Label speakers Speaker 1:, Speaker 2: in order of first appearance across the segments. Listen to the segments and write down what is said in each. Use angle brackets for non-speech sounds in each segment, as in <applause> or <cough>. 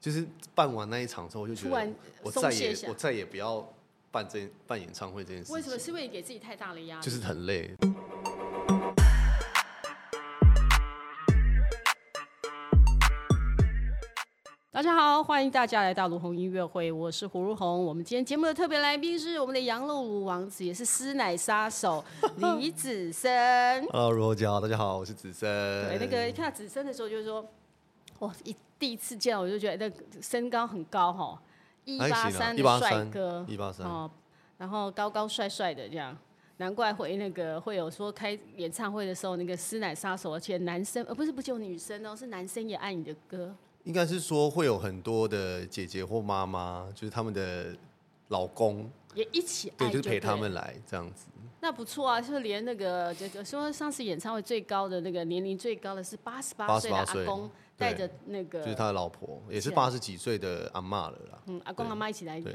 Speaker 1: 就是办完那一场之后，我就觉
Speaker 2: 突然
Speaker 1: 得我
Speaker 2: 松
Speaker 1: 再
Speaker 2: 懈
Speaker 1: 也
Speaker 2: 下
Speaker 1: 我再也不要办这办演唱会这件事
Speaker 2: 为什么
Speaker 1: 情，
Speaker 2: 是为给自己太大的压力？
Speaker 1: 就是很累。
Speaker 2: 大家好，欢迎大家来到卢红音乐会，我是胡如红。我们今天节目的特别来宾是我们的羊肉炉王子，也是师奶杀手李
Speaker 1: <laughs>
Speaker 2: 子森。
Speaker 1: Hello，如何好，大家好，我是子森。
Speaker 2: 对，那个一看到子森的时候，就是说，哇，一第一次见到我就觉得那个身高很高哈，一
Speaker 1: 还
Speaker 2: 八
Speaker 1: 行啊
Speaker 2: 三的帅哥，
Speaker 1: 一八三
Speaker 2: 哦，然后高高帅帅的这样。难怪会那个会有说开演唱会的时候，那个师奶杀手，而且男生呃不是不只有女生哦，是男生也爱你的歌。
Speaker 1: 应该是说会有很多的姐姐或妈妈，就是他们的老公，
Speaker 2: 也一起爱
Speaker 1: 对，就是
Speaker 2: 对
Speaker 1: 陪他
Speaker 2: 了
Speaker 1: 们来这样子。
Speaker 2: 那不错啊，就是连那个这个说上次演唱会最高的那个年龄最高的是八十八岁的
Speaker 1: 88
Speaker 2: 阿
Speaker 1: 岁
Speaker 2: 公，带
Speaker 1: 对
Speaker 2: 着那个
Speaker 1: 就是他的老婆，也是
Speaker 2: 是啊
Speaker 1: 八十几岁的阿嬷了啦。
Speaker 2: 嗯阿公阿妈一起来
Speaker 1: 对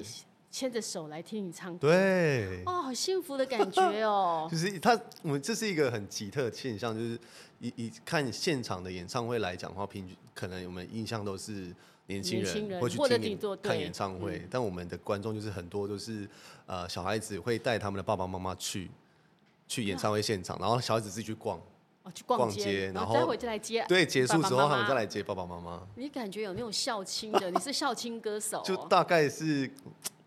Speaker 2: 牵着手来听你唱歌，
Speaker 1: 对，
Speaker 2: 哦，好幸福的感觉
Speaker 1: <laughs>
Speaker 2: 哦。
Speaker 1: 就是他，我们这是一个很奇特的现象，就是以以看现场的演唱会来讲的话，平均可能我们印象都是年轻
Speaker 2: 年轻人
Speaker 1: 人会去
Speaker 2: 或者
Speaker 1: 听
Speaker 2: 顶多
Speaker 1: 演
Speaker 2: 对嗯
Speaker 1: 看演唱会，但我们的观众就是很多都是呃小孩子会带他们的爸爸妈妈去去演唱会现场，然后小孩子自己去逛，
Speaker 2: 哦，去逛
Speaker 1: 逛
Speaker 2: 街，
Speaker 1: 街
Speaker 2: 然
Speaker 1: 然
Speaker 2: 待
Speaker 1: 后
Speaker 2: 会就来接
Speaker 1: 对，结束
Speaker 2: 爸爸
Speaker 1: 之后
Speaker 2: 妈哦
Speaker 1: 他们
Speaker 2: 妈
Speaker 1: 再来接爸爸妈妈，
Speaker 2: 你感觉有那种孝亲
Speaker 1: <laughs>
Speaker 2: 的，你是孝亲歌手、
Speaker 1: 就
Speaker 2: 哦，
Speaker 1: 大概是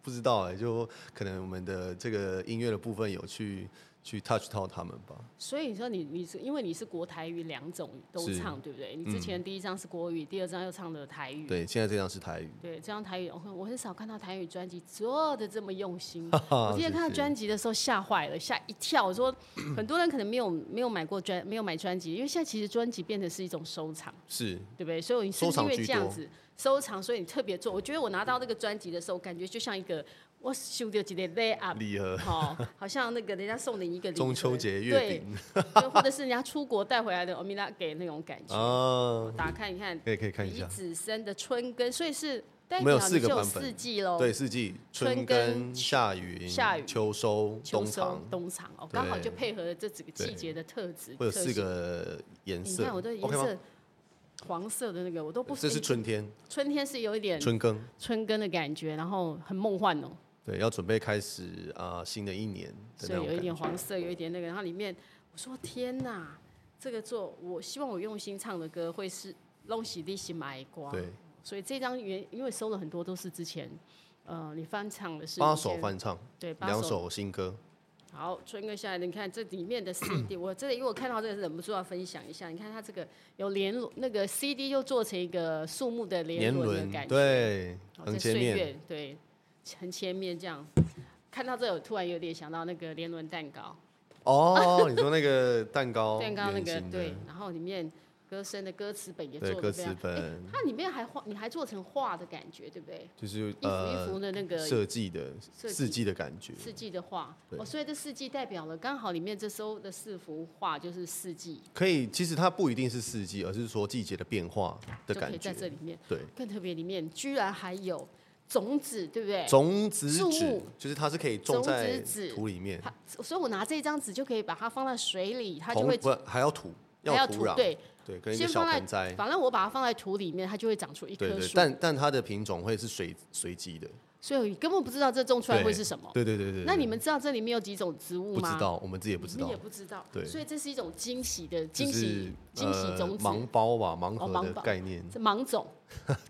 Speaker 1: 不知道哎、就可能我们的这个音乐的部分有去去 touch 到他们吧。
Speaker 2: 所以你说你你是因为你是国台语两种都
Speaker 1: 是嗯
Speaker 2: 唱，对不对？你之前第一张是国语，第二张又唱的台语，
Speaker 1: 对，现在这张是台语。
Speaker 2: 对，这张台语，我很我很少看到台语专辑做的这么用心。
Speaker 1: 我
Speaker 2: 我今天看到专辑的时候吓坏了，吓一跳。我说很多人可能没有没有买过专没有买专辑，因为现在其实专辑变得是一种收藏，
Speaker 1: 是
Speaker 2: 对不对？所以你是
Speaker 1: 收
Speaker 2: 不是
Speaker 1: 藏
Speaker 2: 因为
Speaker 1: 居
Speaker 2: 这样
Speaker 1: 多
Speaker 2: 子收藏，所以你特别做。我觉得我拿到这个专辑的时候，感觉就像一个我收到几个 lay up。
Speaker 1: 礼盒，
Speaker 2: 好，好像那个人家送你一个礼
Speaker 1: 中
Speaker 2: 盒
Speaker 1: 秋节月
Speaker 2: 对，
Speaker 1: 饼
Speaker 2: 对或者是人家出国带回来的欧米拉给那种感
Speaker 1: <laughs>
Speaker 2: 觉。
Speaker 1: 啊，
Speaker 2: 打开你看，
Speaker 1: 可以可以看一
Speaker 2: 李
Speaker 1: 下，
Speaker 2: 子森的春耕，所以是代
Speaker 1: 我
Speaker 2: 表
Speaker 1: 们有
Speaker 2: 你
Speaker 1: 四个
Speaker 2: 就有
Speaker 1: 版本
Speaker 2: 四季喽。
Speaker 1: 对，四季
Speaker 2: 春
Speaker 1: 春
Speaker 2: 耕
Speaker 1: 耕、夏雨、
Speaker 2: 哦夏雨
Speaker 1: 秋收、
Speaker 2: 秋
Speaker 1: 冬
Speaker 2: 收
Speaker 1: 藏，
Speaker 2: 冬藏哦，刚好
Speaker 1: 对
Speaker 2: 就配合了这几个季
Speaker 1: 对
Speaker 2: 节的特质。
Speaker 1: 会有
Speaker 2: 特
Speaker 1: 四
Speaker 2: 性，
Speaker 1: 个颜
Speaker 2: 你
Speaker 1: 色。
Speaker 2: 看我的颜
Speaker 1: OK 吗？
Speaker 2: 色，黄色的那个我都不。
Speaker 1: 这是
Speaker 2: 诶
Speaker 1: 春天，
Speaker 2: 春天是有一点
Speaker 1: 春耕，
Speaker 2: 春耕的感觉，然后很梦幻哦，
Speaker 1: 对，要准备开始啊新的一年的
Speaker 2: 所
Speaker 1: 那种
Speaker 2: 以有一
Speaker 1: 感
Speaker 2: 点
Speaker 1: 觉。
Speaker 2: 黄色，有一点那个，然后里面我说天哪，这个做我希望我用心唱的歌会是《弄喜利喜买瓜》。
Speaker 1: 对，
Speaker 2: 所以这张原因为收了很多都是之前，呃，你翻唱的是
Speaker 1: 八
Speaker 2: 以
Speaker 1: 首
Speaker 2: 前
Speaker 1: 翻唱，
Speaker 2: 对八
Speaker 1: 两
Speaker 2: 首
Speaker 1: 首新歌。
Speaker 2: 好，春哥下来，你看这里面
Speaker 1: <clears throat>
Speaker 2: 的 CD，我这里因为我看到这个忍不住要分享一下。你看它这个有联络，那个 CD 又做成一个树木的联轮的感觉，
Speaker 1: 对，
Speaker 2: 哦，
Speaker 1: 横
Speaker 2: 在
Speaker 1: 切
Speaker 2: 岁
Speaker 1: 面，
Speaker 2: 月对，横切面这样。看到这，我突然有点想到那个联轮蛋糕，
Speaker 1: 哦，你说那
Speaker 2: <laughs>
Speaker 1: 个蛋糕，
Speaker 2: 蛋糕
Speaker 1: 哦
Speaker 2: 那
Speaker 1: 圆
Speaker 2: 个
Speaker 1: 形的
Speaker 2: 对，然后里面歌声的歌词本也
Speaker 1: 对
Speaker 2: 做
Speaker 1: 歌
Speaker 2: 的非
Speaker 1: 词
Speaker 2: 常，哎
Speaker 1: 本
Speaker 2: 它里面还画，你还做成画的感觉，对不对？
Speaker 1: 就是
Speaker 2: 一幅一
Speaker 1: 呃
Speaker 2: 幅的那个
Speaker 1: 设计的
Speaker 2: 设计
Speaker 1: 四季的感觉，
Speaker 2: 四季的画，
Speaker 1: 对
Speaker 2: 哦，所以这四季代表了刚好里面这收的四幅画就是四季，
Speaker 1: 可以，其实它不一定是四季，而是说季节的变化的
Speaker 2: 就可
Speaker 1: 感
Speaker 2: 以
Speaker 1: 觉
Speaker 2: 在。这里面。
Speaker 1: 对，
Speaker 2: 更特别，里面居然还有种子，对不对？
Speaker 1: 种子
Speaker 2: 树
Speaker 1: 纸
Speaker 2: 木
Speaker 1: 就是它是可以种在
Speaker 2: 种子纸
Speaker 1: 土里面，
Speaker 2: 它，所以我拿这张纸就可以把它放在水里，它就
Speaker 1: 同
Speaker 2: 会
Speaker 1: 不还要土，
Speaker 2: 还要
Speaker 1: 土壤，
Speaker 2: 对，
Speaker 1: 对，跟一
Speaker 2: 先
Speaker 1: 个小
Speaker 2: 放在
Speaker 1: 盆栽，
Speaker 2: 反正我把它放在土里面，它就会长出一棵
Speaker 1: 对对
Speaker 2: 树。。
Speaker 1: 但但它的品种会是随随机的，
Speaker 2: 所以你根本不知道这种出来
Speaker 1: 对，
Speaker 2: 会是什么。
Speaker 1: 对对对对。
Speaker 2: 那
Speaker 1: 对
Speaker 2: 你们知道这里面有几种植物
Speaker 1: 不
Speaker 2: 吗？
Speaker 1: 知道，我们自己也不知
Speaker 2: 你们
Speaker 1: 道
Speaker 2: 也，不知道。
Speaker 1: 对
Speaker 2: 所以这是一种惊喜的
Speaker 1: 就
Speaker 2: 惊
Speaker 1: 是
Speaker 2: 喜惊喜
Speaker 1: 呃
Speaker 2: 种子。
Speaker 1: 盲包吧，盲
Speaker 2: 哦
Speaker 1: 盒
Speaker 2: 盲
Speaker 1: 的
Speaker 2: 包
Speaker 1: 概念，
Speaker 2: 这芒种，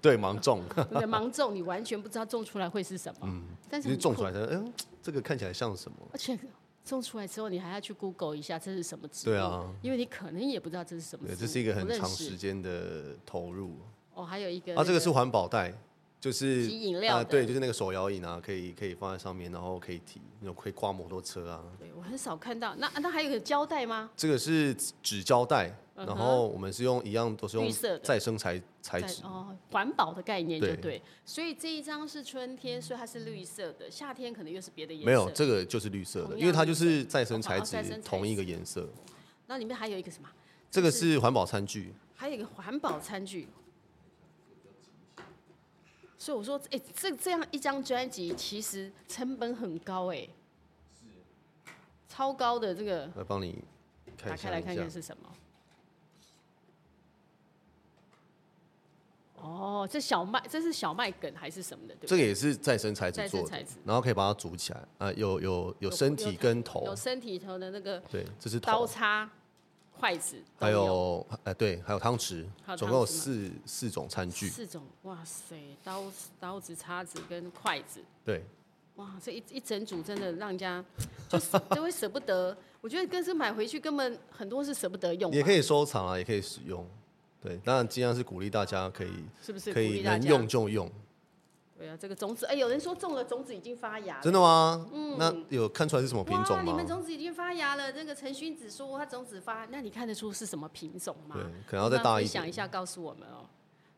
Speaker 1: 对，盲
Speaker 2: <laughs>
Speaker 1: 种，
Speaker 2: 对不对芒种，你完全不知道种出来会是什么，但是
Speaker 1: 就是
Speaker 2: 很
Speaker 1: 嗯种
Speaker 2: 酷
Speaker 1: 出来的，嗯，这个看起来像什么？
Speaker 2: 而且种出来之后，你还要去 Google 一下这是什么植物，
Speaker 1: 对啊，
Speaker 2: 因为你可能也不知道这是什么植
Speaker 1: 对，
Speaker 2: 物，
Speaker 1: 这是一个很
Speaker 2: 不认
Speaker 1: 长
Speaker 2: 识
Speaker 1: 时间的投入。
Speaker 2: 哦，还有一个、
Speaker 1: 啊，这个是环保袋，就是
Speaker 2: 提饮料
Speaker 1: 啊，
Speaker 2: 的
Speaker 1: 对，就是那个手摇饮啊，可以可以放在上面，然后可以提，那种可以挂摩托车啊。
Speaker 2: 对我很少看到。那那还有一个胶带吗？
Speaker 1: 这个是纸胶带，
Speaker 2: 嗯哼
Speaker 1: 然后我们是用一样都是
Speaker 2: 绿
Speaker 1: 用
Speaker 2: 色的
Speaker 1: 再生材材
Speaker 2: 在
Speaker 1: 质，
Speaker 2: 哦，环保的概念就对。
Speaker 1: 对
Speaker 2: 所以这一张是春天，所以它是绿色的；夏天可能又是别的颜色。
Speaker 1: 没有这个就是绿色
Speaker 2: 同
Speaker 1: 的，
Speaker 2: 样
Speaker 1: 因为它
Speaker 2: 绿
Speaker 1: 就
Speaker 2: 色
Speaker 1: 是再生材
Speaker 2: 哦再
Speaker 1: 质
Speaker 2: 生材
Speaker 1: 同一个颜色。
Speaker 2: 那里面还有一个什么？
Speaker 1: 这个是环保餐具，
Speaker 2: 还有一个环保餐具。所以我说，哎、这这样一张专辑其实成本很高、哎，超高的这个，
Speaker 1: 来帮你看
Speaker 2: 打
Speaker 1: 一
Speaker 2: 开
Speaker 1: 下
Speaker 2: 来
Speaker 1: 一
Speaker 2: 看
Speaker 1: 下
Speaker 2: 看。是什么。哦，哦，这小麦这是小麦梗还是什么的？对不
Speaker 1: 这
Speaker 2: 对？
Speaker 1: 个也是再生材质
Speaker 2: 再生
Speaker 1: 做的
Speaker 2: 材质，
Speaker 1: 然后可以把它组起来，啊、有有有
Speaker 2: 有
Speaker 1: 身体跟头
Speaker 2: 有，身体头的那个
Speaker 1: 对，这是头，
Speaker 2: 刀叉、筷子，
Speaker 1: 还有呃对，还有汤匙
Speaker 2: 还，有
Speaker 1: 总共有
Speaker 2: 汤匙
Speaker 1: 四四种餐具，
Speaker 2: 四种，哇塞，刀刀子、叉子跟筷子，
Speaker 1: 对，
Speaker 2: 哇，这一一整组真的让人家就是 <laughs> 都会舍不得。我觉得更是买回去根本很多是舍不得用吧，
Speaker 1: 也可以收藏啊，也可以使用，对，当然尽量是鼓励大家可以
Speaker 2: 是不是？
Speaker 1: 可
Speaker 2: 鼓
Speaker 1: 以
Speaker 2: 励大
Speaker 1: 能
Speaker 2: 家
Speaker 1: 用就用，
Speaker 2: 对啊，这个种子，哎，有人说种了种子已经发芽了。
Speaker 1: 真的吗？那有看出来是什么品种
Speaker 2: 嗯哇，你
Speaker 1: 吗
Speaker 2: 们？种子已经发芽了。那个陈勋子说他种子发，那你看得出是什么品种吗
Speaker 1: 对？，可能要再大一
Speaker 2: 想一
Speaker 1: 点。
Speaker 2: 下，告诉我们哦。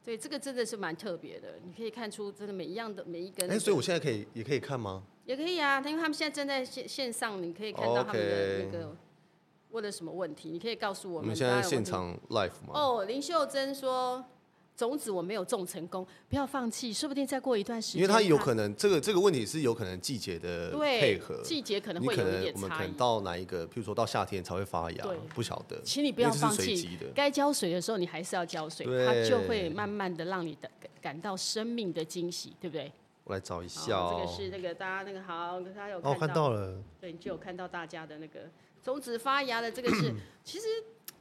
Speaker 2: 对，这个真的是蛮特别的，你可以看出真的每一样的每一根。
Speaker 1: 哎，所以我现在可以也可以看吗？
Speaker 2: 也可以啊，因为他们现在正在线线上，你可以看到他们的
Speaker 1: OK
Speaker 2: 那个问了什么问题，你可以告诉我
Speaker 1: 我
Speaker 2: 们。
Speaker 1: 们现
Speaker 2: 大
Speaker 1: 在
Speaker 2: 家有问
Speaker 1: 现
Speaker 2: 题
Speaker 1: 场 live 吗？
Speaker 2: 哦，林秀珍说种子我没有种成功，不要放弃，说不定再过一段时间
Speaker 1: 因为它有可能这个这个问题是有可能季节的
Speaker 2: 对
Speaker 1: 配合，
Speaker 2: 季节可能
Speaker 1: 你
Speaker 2: 会
Speaker 1: 可
Speaker 2: 有一
Speaker 1: 能
Speaker 2: 点
Speaker 1: 我们可
Speaker 2: 差异
Speaker 1: 能。到哪一个，譬如说到夏天才会发芽
Speaker 2: 对，
Speaker 1: 不晓得。
Speaker 2: 请你不
Speaker 1: 因
Speaker 2: 要
Speaker 1: 为这
Speaker 2: 放
Speaker 1: 是随
Speaker 2: 弃
Speaker 1: 机的，
Speaker 2: 该浇水的时候你还是要浇水，它就
Speaker 1: 对
Speaker 2: 会慢慢的让你的感感到生命的惊喜，对不对？
Speaker 1: 我来找一下
Speaker 2: 好，这
Speaker 1: 哦
Speaker 2: 个。是那个大家那个好，大家有
Speaker 1: 哦，我看
Speaker 2: 到
Speaker 1: 到了，
Speaker 2: 对，你就有看到大家的那个种子发芽的这个
Speaker 1: <clears throat>
Speaker 2: 是，其实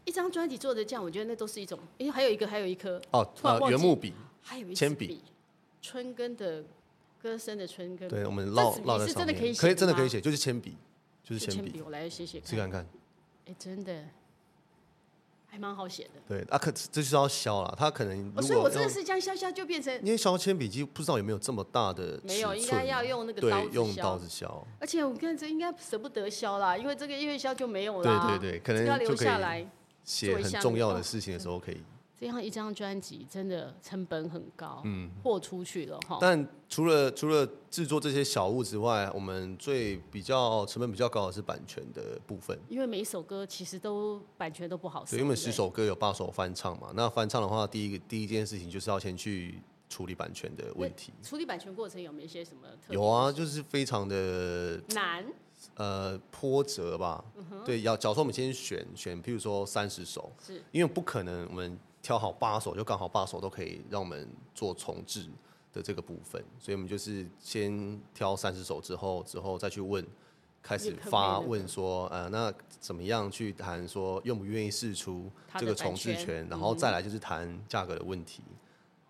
Speaker 2: 一张专辑做的这样，我觉得那都是一种，因为还有一个还有一颗，
Speaker 1: 哦，
Speaker 2: 突然
Speaker 1: 呃，
Speaker 2: 忘记
Speaker 1: 原木笔，
Speaker 2: 还有一支
Speaker 1: 铅笔
Speaker 2: 笔，春耕的歌声的春耕，
Speaker 1: 对，我们
Speaker 2: 这
Speaker 1: 绕
Speaker 2: 纸笔
Speaker 1: 绕在
Speaker 2: 是
Speaker 1: 上
Speaker 2: 真的
Speaker 1: 面，
Speaker 2: 可以写
Speaker 1: 可以真的
Speaker 2: 吗
Speaker 1: 可以写，就是铅笔，就是
Speaker 2: 就
Speaker 1: 铅
Speaker 2: 铅
Speaker 1: 笔，
Speaker 2: 笔，我来写写
Speaker 1: 试
Speaker 2: 看，
Speaker 1: 看看。
Speaker 2: 哎，真的，还蛮好写的。
Speaker 1: 对，啊，可这就是要削了，它可能
Speaker 2: 哦，
Speaker 1: 如
Speaker 2: 所以我
Speaker 1: 果
Speaker 2: 真
Speaker 1: 用
Speaker 2: 的，是这样削削就变成
Speaker 1: 因为削铅笔机不知道有没有这么大的
Speaker 2: 没有，
Speaker 1: 尺
Speaker 2: 应该
Speaker 1: 寸
Speaker 2: 要用那个刀
Speaker 1: 对，
Speaker 2: 子
Speaker 1: 用刀
Speaker 2: 削。
Speaker 1: 子削，
Speaker 2: 而且我看这应该舍不得削啦，因为这个因为削就没有
Speaker 1: 对
Speaker 2: 啦，啊
Speaker 1: 对对，可
Speaker 2: 这个要
Speaker 1: 能
Speaker 2: 留
Speaker 1: 就可
Speaker 2: 下
Speaker 1: 以
Speaker 2: 来。
Speaker 1: 写
Speaker 2: 做一
Speaker 1: 很
Speaker 2: 下那
Speaker 1: 重
Speaker 2: 个
Speaker 1: 要
Speaker 2: 哦
Speaker 1: 的事情的时候可以。
Speaker 2: 这样一张专辑真的成本很高，嗯，豁出去了哈。
Speaker 1: 但除了除了制作这些小物之外，我们最比较成本比较高的是版权的部分。
Speaker 2: 因为每一首歌其实都版权都不好收，
Speaker 1: 对，因为
Speaker 2: 不
Speaker 1: 十首歌有八首翻唱嘛，那翻唱的话，第一个第一件事情就是要先去处理版权的问题。
Speaker 2: 处理版权过程有没有一些什么特别
Speaker 1: 有啊，就是非常的
Speaker 2: 难？
Speaker 1: 呃波折吧。对，要假如说我们先选选，譬如说三十首，
Speaker 2: 是
Speaker 1: 因为不可能我们挑好八首就刚好八首都可以让我们做重置的这个部分，所以我们就是先挑三十首之后，之后再去问。开始
Speaker 2: 也可不可以那
Speaker 1: 发
Speaker 2: 个
Speaker 1: 问说，呃，那怎么样去谈说愿不愿意试出
Speaker 2: 它的
Speaker 1: 这个
Speaker 2: 版
Speaker 1: 重置
Speaker 2: 权嗯
Speaker 1: 权，然后再来就是谈价格的问题。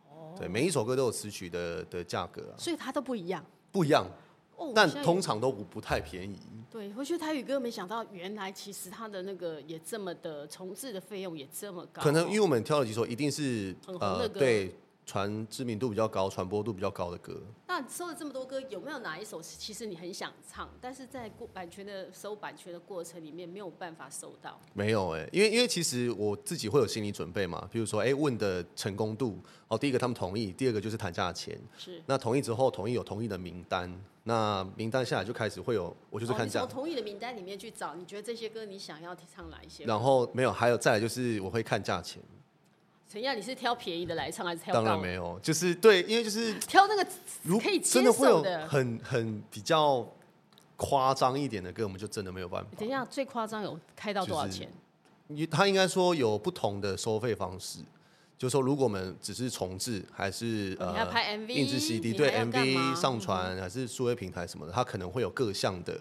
Speaker 2: 哦
Speaker 1: 对，每一首歌都有词曲的的价格、啊、
Speaker 2: 所以它都不一样
Speaker 1: 不一样，
Speaker 2: 哦。
Speaker 1: 但
Speaker 2: 我现在
Speaker 1: 通常都不不太便宜。
Speaker 2: 对，我觉得台语歌没想到原来其实它的那个也这么的重置的费用也这么高哦，
Speaker 1: 可能因为我们挑了几首一定是
Speaker 2: 很红的
Speaker 1: 呃
Speaker 2: 歌
Speaker 1: 对传知名度比较高、传播度比较高的歌，
Speaker 2: 那你收了这么多歌，有没有哪一首是其实你很想唱，但是在过版权的收版权的过程里面没有办法收到？
Speaker 1: 没有哎、因为因为其实我自己会有心理准备嘛，比如说哎、问的成功度哦，第一个他们同意，第二个就是谈价钱。
Speaker 2: 是，
Speaker 1: 那同意之后，同意有同意的名单，那名单下来就开始会有，我就是
Speaker 2: 哦
Speaker 1: 看
Speaker 2: 你
Speaker 1: 价，
Speaker 2: 从同意的名单里面去找，你觉得这些歌你想要唱哪一些？
Speaker 1: 然后没有，还有再来就是我会看价钱，
Speaker 2: 陈亚，你是挑便宜的来唱还是挑高
Speaker 1: 当
Speaker 2: 的？
Speaker 1: 然没有，就是对，因为就是
Speaker 2: 挑那个
Speaker 1: 如
Speaker 2: 可以接
Speaker 1: 真的会有
Speaker 2: 受的。
Speaker 1: 很很比较夸张一点的歌，我们就真的没有办法。
Speaker 2: 等一下，最夸张有开到多少钱？
Speaker 1: 你他应该说有不同的收费方式，就是说如果我们只是重置，还是
Speaker 2: 哦
Speaker 1: 呃
Speaker 2: 你还拍 MV
Speaker 1: 印制 CD
Speaker 2: 你
Speaker 1: 对
Speaker 2: 还要干嘛嗯
Speaker 1: MV 上传，还是数位平台什么的，它可能会有各项的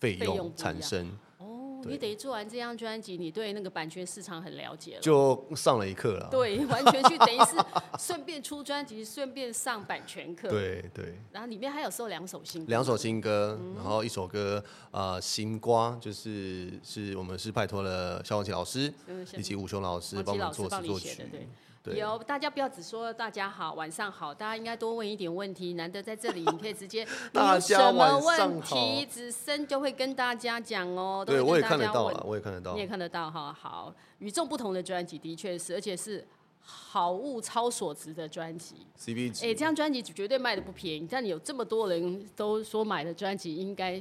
Speaker 1: 费
Speaker 2: 费
Speaker 1: 用
Speaker 2: 用不一样
Speaker 1: 产生，
Speaker 2: 哦，
Speaker 1: 对
Speaker 2: 你等于做完这张专辑，你对那个版权市场很了解了。
Speaker 1: 就上了一课了。
Speaker 2: 对，完全去等于
Speaker 1: <laughs>
Speaker 2: 是顺便出专辑，顺便上版权课。
Speaker 1: 对对，
Speaker 2: 然后里面还有收两首新歌。
Speaker 1: 两首新歌，
Speaker 2: 嗯
Speaker 1: 然后一首歌呃新瓜，就是是我们是拜托了肖永琪老师
Speaker 2: 嗯
Speaker 1: 以及吴雄老师
Speaker 2: 王
Speaker 1: 帮
Speaker 2: 琦
Speaker 1: 我
Speaker 2: 老
Speaker 1: 们
Speaker 2: 师
Speaker 1: 作
Speaker 2: 帮
Speaker 1: 词
Speaker 2: 你
Speaker 1: 作
Speaker 2: 写
Speaker 1: 曲
Speaker 2: 的，，对。
Speaker 1: 对
Speaker 2: 有大家不要只说大家好，晚上好，大家应该多问一点问题。难得在这里，你可以
Speaker 1: <laughs>
Speaker 2: 直接你有
Speaker 1: 大家
Speaker 2: 什么
Speaker 1: 晚上
Speaker 2: 问题，
Speaker 1: 好
Speaker 2: 子森就会跟大家讲哦。都
Speaker 1: 对
Speaker 2: 会
Speaker 1: 我
Speaker 2: 跟
Speaker 1: 也
Speaker 2: 大
Speaker 1: 看得
Speaker 2: 家
Speaker 1: 到啊
Speaker 2: 问
Speaker 1: 了，我也看得到
Speaker 2: 你，也看得到哈。好，与众不同的专辑的确是，而且是好物超所值的专辑。
Speaker 1: CP
Speaker 2: 哎、
Speaker 1: 值
Speaker 2: 这张专辑绝对卖的不便宜，但有这么多人都说买的专辑应该，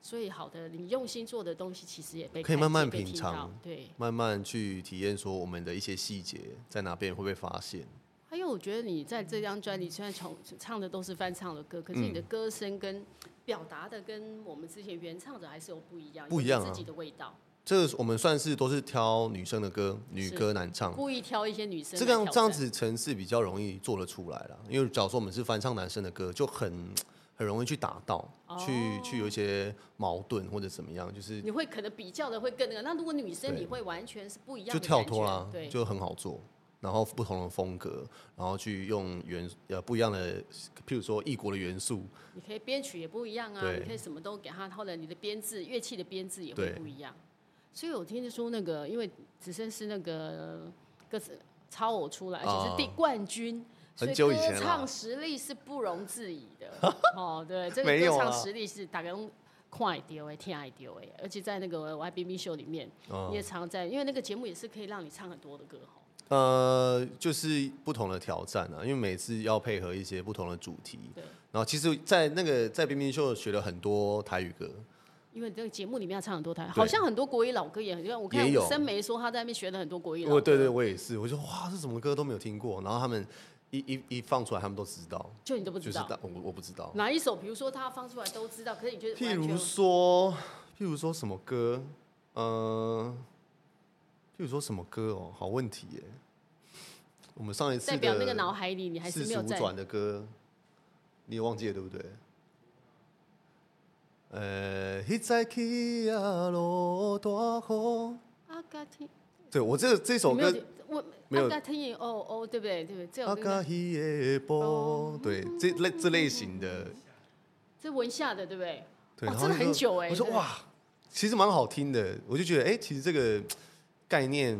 Speaker 2: 所以好的，你用心做的东西其实也被
Speaker 1: 可以
Speaker 2: 看
Speaker 1: 慢慢
Speaker 2: 见被
Speaker 1: 品
Speaker 2: 听到
Speaker 1: 尝
Speaker 2: 对，
Speaker 1: 慢慢去体验，说我们的一些细节在哪边会被发现。
Speaker 2: 还有我觉得你在这张专辑虽然唱唱的都是翻唱的歌，可是
Speaker 1: 嗯
Speaker 2: 你的歌声跟表达的跟我们之前原唱者还是有不一样，
Speaker 1: 不一样啊
Speaker 2: 有你自己的味道。
Speaker 1: 这我们算是都是挑女生的歌，女歌男唱。
Speaker 2: 故意挑一些女生
Speaker 1: 这
Speaker 2: 来
Speaker 1: 样
Speaker 2: 挑
Speaker 1: 这样
Speaker 2: 战，
Speaker 1: 子层次比较容易做得出来啦，因为假如说我们是翻唱男生的歌，就
Speaker 2: <laughs>
Speaker 1: 很很容易去打到，
Speaker 2: 哦
Speaker 1: 去去有一些矛盾或者怎么样，就是
Speaker 2: 你会可能比较的会更那个。那如果女生，
Speaker 1: 对
Speaker 2: 你会完全是不一样
Speaker 1: 就
Speaker 2: 的
Speaker 1: 跳
Speaker 2: 感
Speaker 1: 脱
Speaker 2: 觉
Speaker 1: 啦
Speaker 2: 对，，
Speaker 1: 就很好做。然后不同的风格，然后去用元呃不一样的，譬如说异国的元素，
Speaker 2: 你可以编曲也不一样啊，
Speaker 1: 对
Speaker 2: 你可以什么都给他，或者你的编制、乐器的编制也会
Speaker 1: 对
Speaker 2: 不一样。所以我听说那个，因为子深是那个歌词超偶出来，而且是第
Speaker 1: 啊
Speaker 2: 冠军。所
Speaker 1: 很
Speaker 2: 以
Speaker 1: 久
Speaker 2: 歌
Speaker 1: 以前啦
Speaker 2: 唱实力是不容置疑的
Speaker 1: <laughs>
Speaker 2: 哦，对，这个
Speaker 1: 没
Speaker 2: 歌
Speaker 1: 有啊
Speaker 2: 唱
Speaker 1: 啦
Speaker 2: 实力是大概用快丢哎，天爱丢哎，而且在那个 YBB 秀里面，
Speaker 1: 嗯
Speaker 2: 你也常在，因为那个节目也是可以让你唱很多的歌哦。
Speaker 1: 呃，就是不同的挑战啊，因为每次要配合一些不同的主题。
Speaker 2: 对，
Speaker 1: 然后其实，在那个在冰冰秀学了很多台语歌，
Speaker 2: 因为这个节目里面要唱很多台，好像很多国语老歌也很，因为我看
Speaker 1: 也有
Speaker 2: 吴森梅说他在那边学了很多国语老歌。
Speaker 1: 我对对，我也是，我就哇，这什么歌都没有听过。然后他们一一一放出来，他们都知道，
Speaker 2: 就你都不
Speaker 1: 就
Speaker 2: 知
Speaker 1: 是
Speaker 2: 道
Speaker 1: 大我我不知道。
Speaker 2: 哪一首，比如说他放出来都知道，可是你觉得
Speaker 1: 譬
Speaker 2: 完全
Speaker 1: 如说，譬如说什么歌？呃，譬如说什么歌哦？好问题耶。我们上一次
Speaker 2: 代表那个脑
Speaker 1: 的
Speaker 2: 海里你还是
Speaker 1: 四
Speaker 2: 没
Speaker 1: 十
Speaker 2: 有
Speaker 1: 五
Speaker 2: 在
Speaker 1: 转的歌，你也忘记了对不对？呃，一再起啊落大雨。
Speaker 2: 阿嘎听，
Speaker 1: 对我这这首
Speaker 2: 你没有
Speaker 1: 歌
Speaker 2: 听我
Speaker 1: 没有
Speaker 2: 阿嘎听哦哦，对不对？对不对？这首
Speaker 1: 阿
Speaker 2: 歌
Speaker 1: 嘎希耶
Speaker 2: 哦
Speaker 1: 波，对，这类这类型的，
Speaker 2: 这文夏的对不对？
Speaker 1: 对，
Speaker 2: 哇
Speaker 1: 然后
Speaker 2: 真
Speaker 1: 那时
Speaker 2: 的很
Speaker 1: 候
Speaker 2: 久欸
Speaker 1: 我说
Speaker 2: 对
Speaker 1: 哇，其实蛮好听的，我就觉得哎、其实这个概念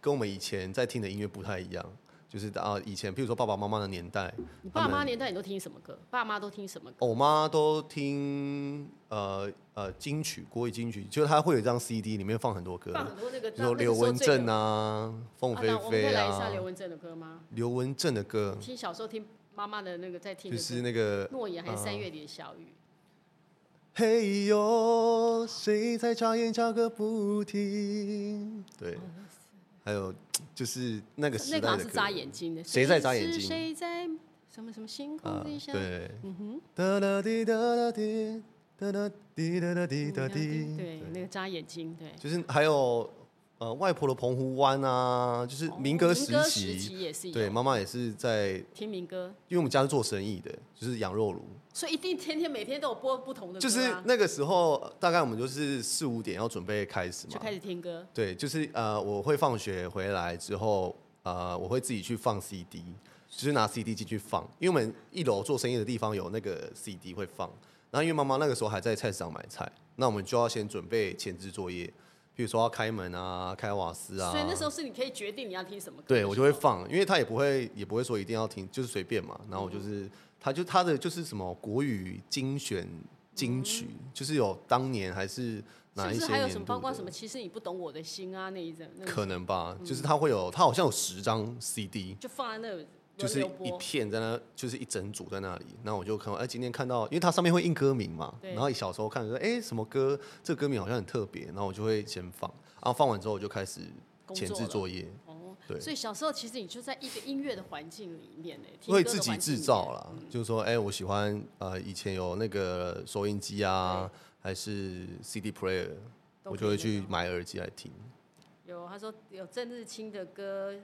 Speaker 1: 跟我们以前在听的音乐不太一样，就是啊，以前譬如说爸爸妈妈的年代，
Speaker 2: 你
Speaker 1: 他
Speaker 2: 爸妈
Speaker 1: 们
Speaker 2: 年代你都听什么歌？爸妈都听什么歌？
Speaker 1: 我妈都听呃呃金曲国语金曲，就是她会有一张 CD 里面放很多歌，
Speaker 2: 放很多那个
Speaker 1: 比如说刘文正，啊、凤
Speaker 2: 那那个时候最
Speaker 1: 飞飞
Speaker 2: 有啊那我们可以来一下
Speaker 1: 啊、
Speaker 2: 刘文正的歌吗？
Speaker 1: 刘文正的歌，
Speaker 2: 听小时候听妈妈的那个在听
Speaker 1: 就
Speaker 2: 的
Speaker 1: 是
Speaker 2: 歌，
Speaker 1: 那个
Speaker 2: 诺言还是
Speaker 1: 呃
Speaker 2: 三月里的小雨，
Speaker 1: 嘿呦，谁在眨眼眨个不停？对，还有就是那个时代
Speaker 2: 那个
Speaker 1: 的
Speaker 2: 好
Speaker 1: 歌，
Speaker 2: 像是眨眼睛的，
Speaker 1: 谁在眨眼睛
Speaker 2: 是谁在什么什么星空
Speaker 1: 啊，
Speaker 2: 底下？
Speaker 1: 对，
Speaker 2: 嗯哼。
Speaker 1: 哒啦滴哒啦滴，哒啦滴哒啦滴哒滴，
Speaker 2: 嗯对，那个扎眼睛，对，
Speaker 1: 就是还有呃外婆的澎湖湾啊，就是民歌时
Speaker 2: 哦民歌时
Speaker 1: 期，
Speaker 2: 期也是有
Speaker 1: 对，妈妈也是在，因
Speaker 2: 听民歌，
Speaker 1: 为我们家是做生意的，就是羊肉炉，
Speaker 2: 所以一定天天每天都有播不同的歌、啊，
Speaker 1: 就是那个时候大概我们就是四五点要准备开始嘛，
Speaker 2: 就开始听歌，
Speaker 1: 对，就是呃，我会放学回来之后，呃，我会自己去放 CD，就是拿 CD 进去放，因为我们一楼做生意的地方有那个 CD 会放。然后因为妈妈那个时候还在菜市场买菜，那我们就要先准备前置作业，比如说要开门啊、开瓦斯啊。
Speaker 2: 所以那时候是你可以决定你要听什么歌，
Speaker 1: 对我就会放，因为他也不会也不会说一定要听，就是随便嘛。然后我
Speaker 2: 嗯
Speaker 1: 就是，他就他的就是什么国语精选金曲，就是有当年还是哪
Speaker 2: 嗯是
Speaker 1: 一
Speaker 2: 不
Speaker 1: 些
Speaker 2: 是还有
Speaker 1: 年
Speaker 2: 什么
Speaker 1: 度
Speaker 2: 包括
Speaker 1: 的
Speaker 2: 什么？其实你不懂我的心啊那一阵，那个
Speaker 1: 可能吧，就是他会
Speaker 2: 嗯
Speaker 1: 有，他好像有十张 CD，
Speaker 2: 就放在那里
Speaker 1: 就
Speaker 2: 轮
Speaker 1: 是
Speaker 2: 流
Speaker 1: 一
Speaker 2: 播，
Speaker 1: 片在那，就是一整组在那里。然后我就看到，哎、今天看到，因为它上面会印歌名嘛，
Speaker 2: 对
Speaker 1: 然后小时候看说，哎、什么歌，这个歌名好像很特别，然后我就会先放，然后放完之后我就开始
Speaker 2: 工
Speaker 1: 前
Speaker 2: 作
Speaker 1: 置
Speaker 2: 了
Speaker 1: 作业，
Speaker 2: 哦，
Speaker 1: 对
Speaker 2: 所以小时候其实你就在一个音乐的环境里面呢，听歌
Speaker 1: 会
Speaker 2: 的
Speaker 1: 自己
Speaker 2: 环境
Speaker 1: 制
Speaker 2: 里面嗯
Speaker 1: 造啦，就是说，哎、我喜欢呃，以前有那个收音机啊，还是 CD player，
Speaker 2: 都
Speaker 1: 我
Speaker 2: 可
Speaker 1: 就会
Speaker 2: 以
Speaker 1: 去
Speaker 2: 的
Speaker 1: 买耳机来听。
Speaker 2: 有，他说有郑日清的歌，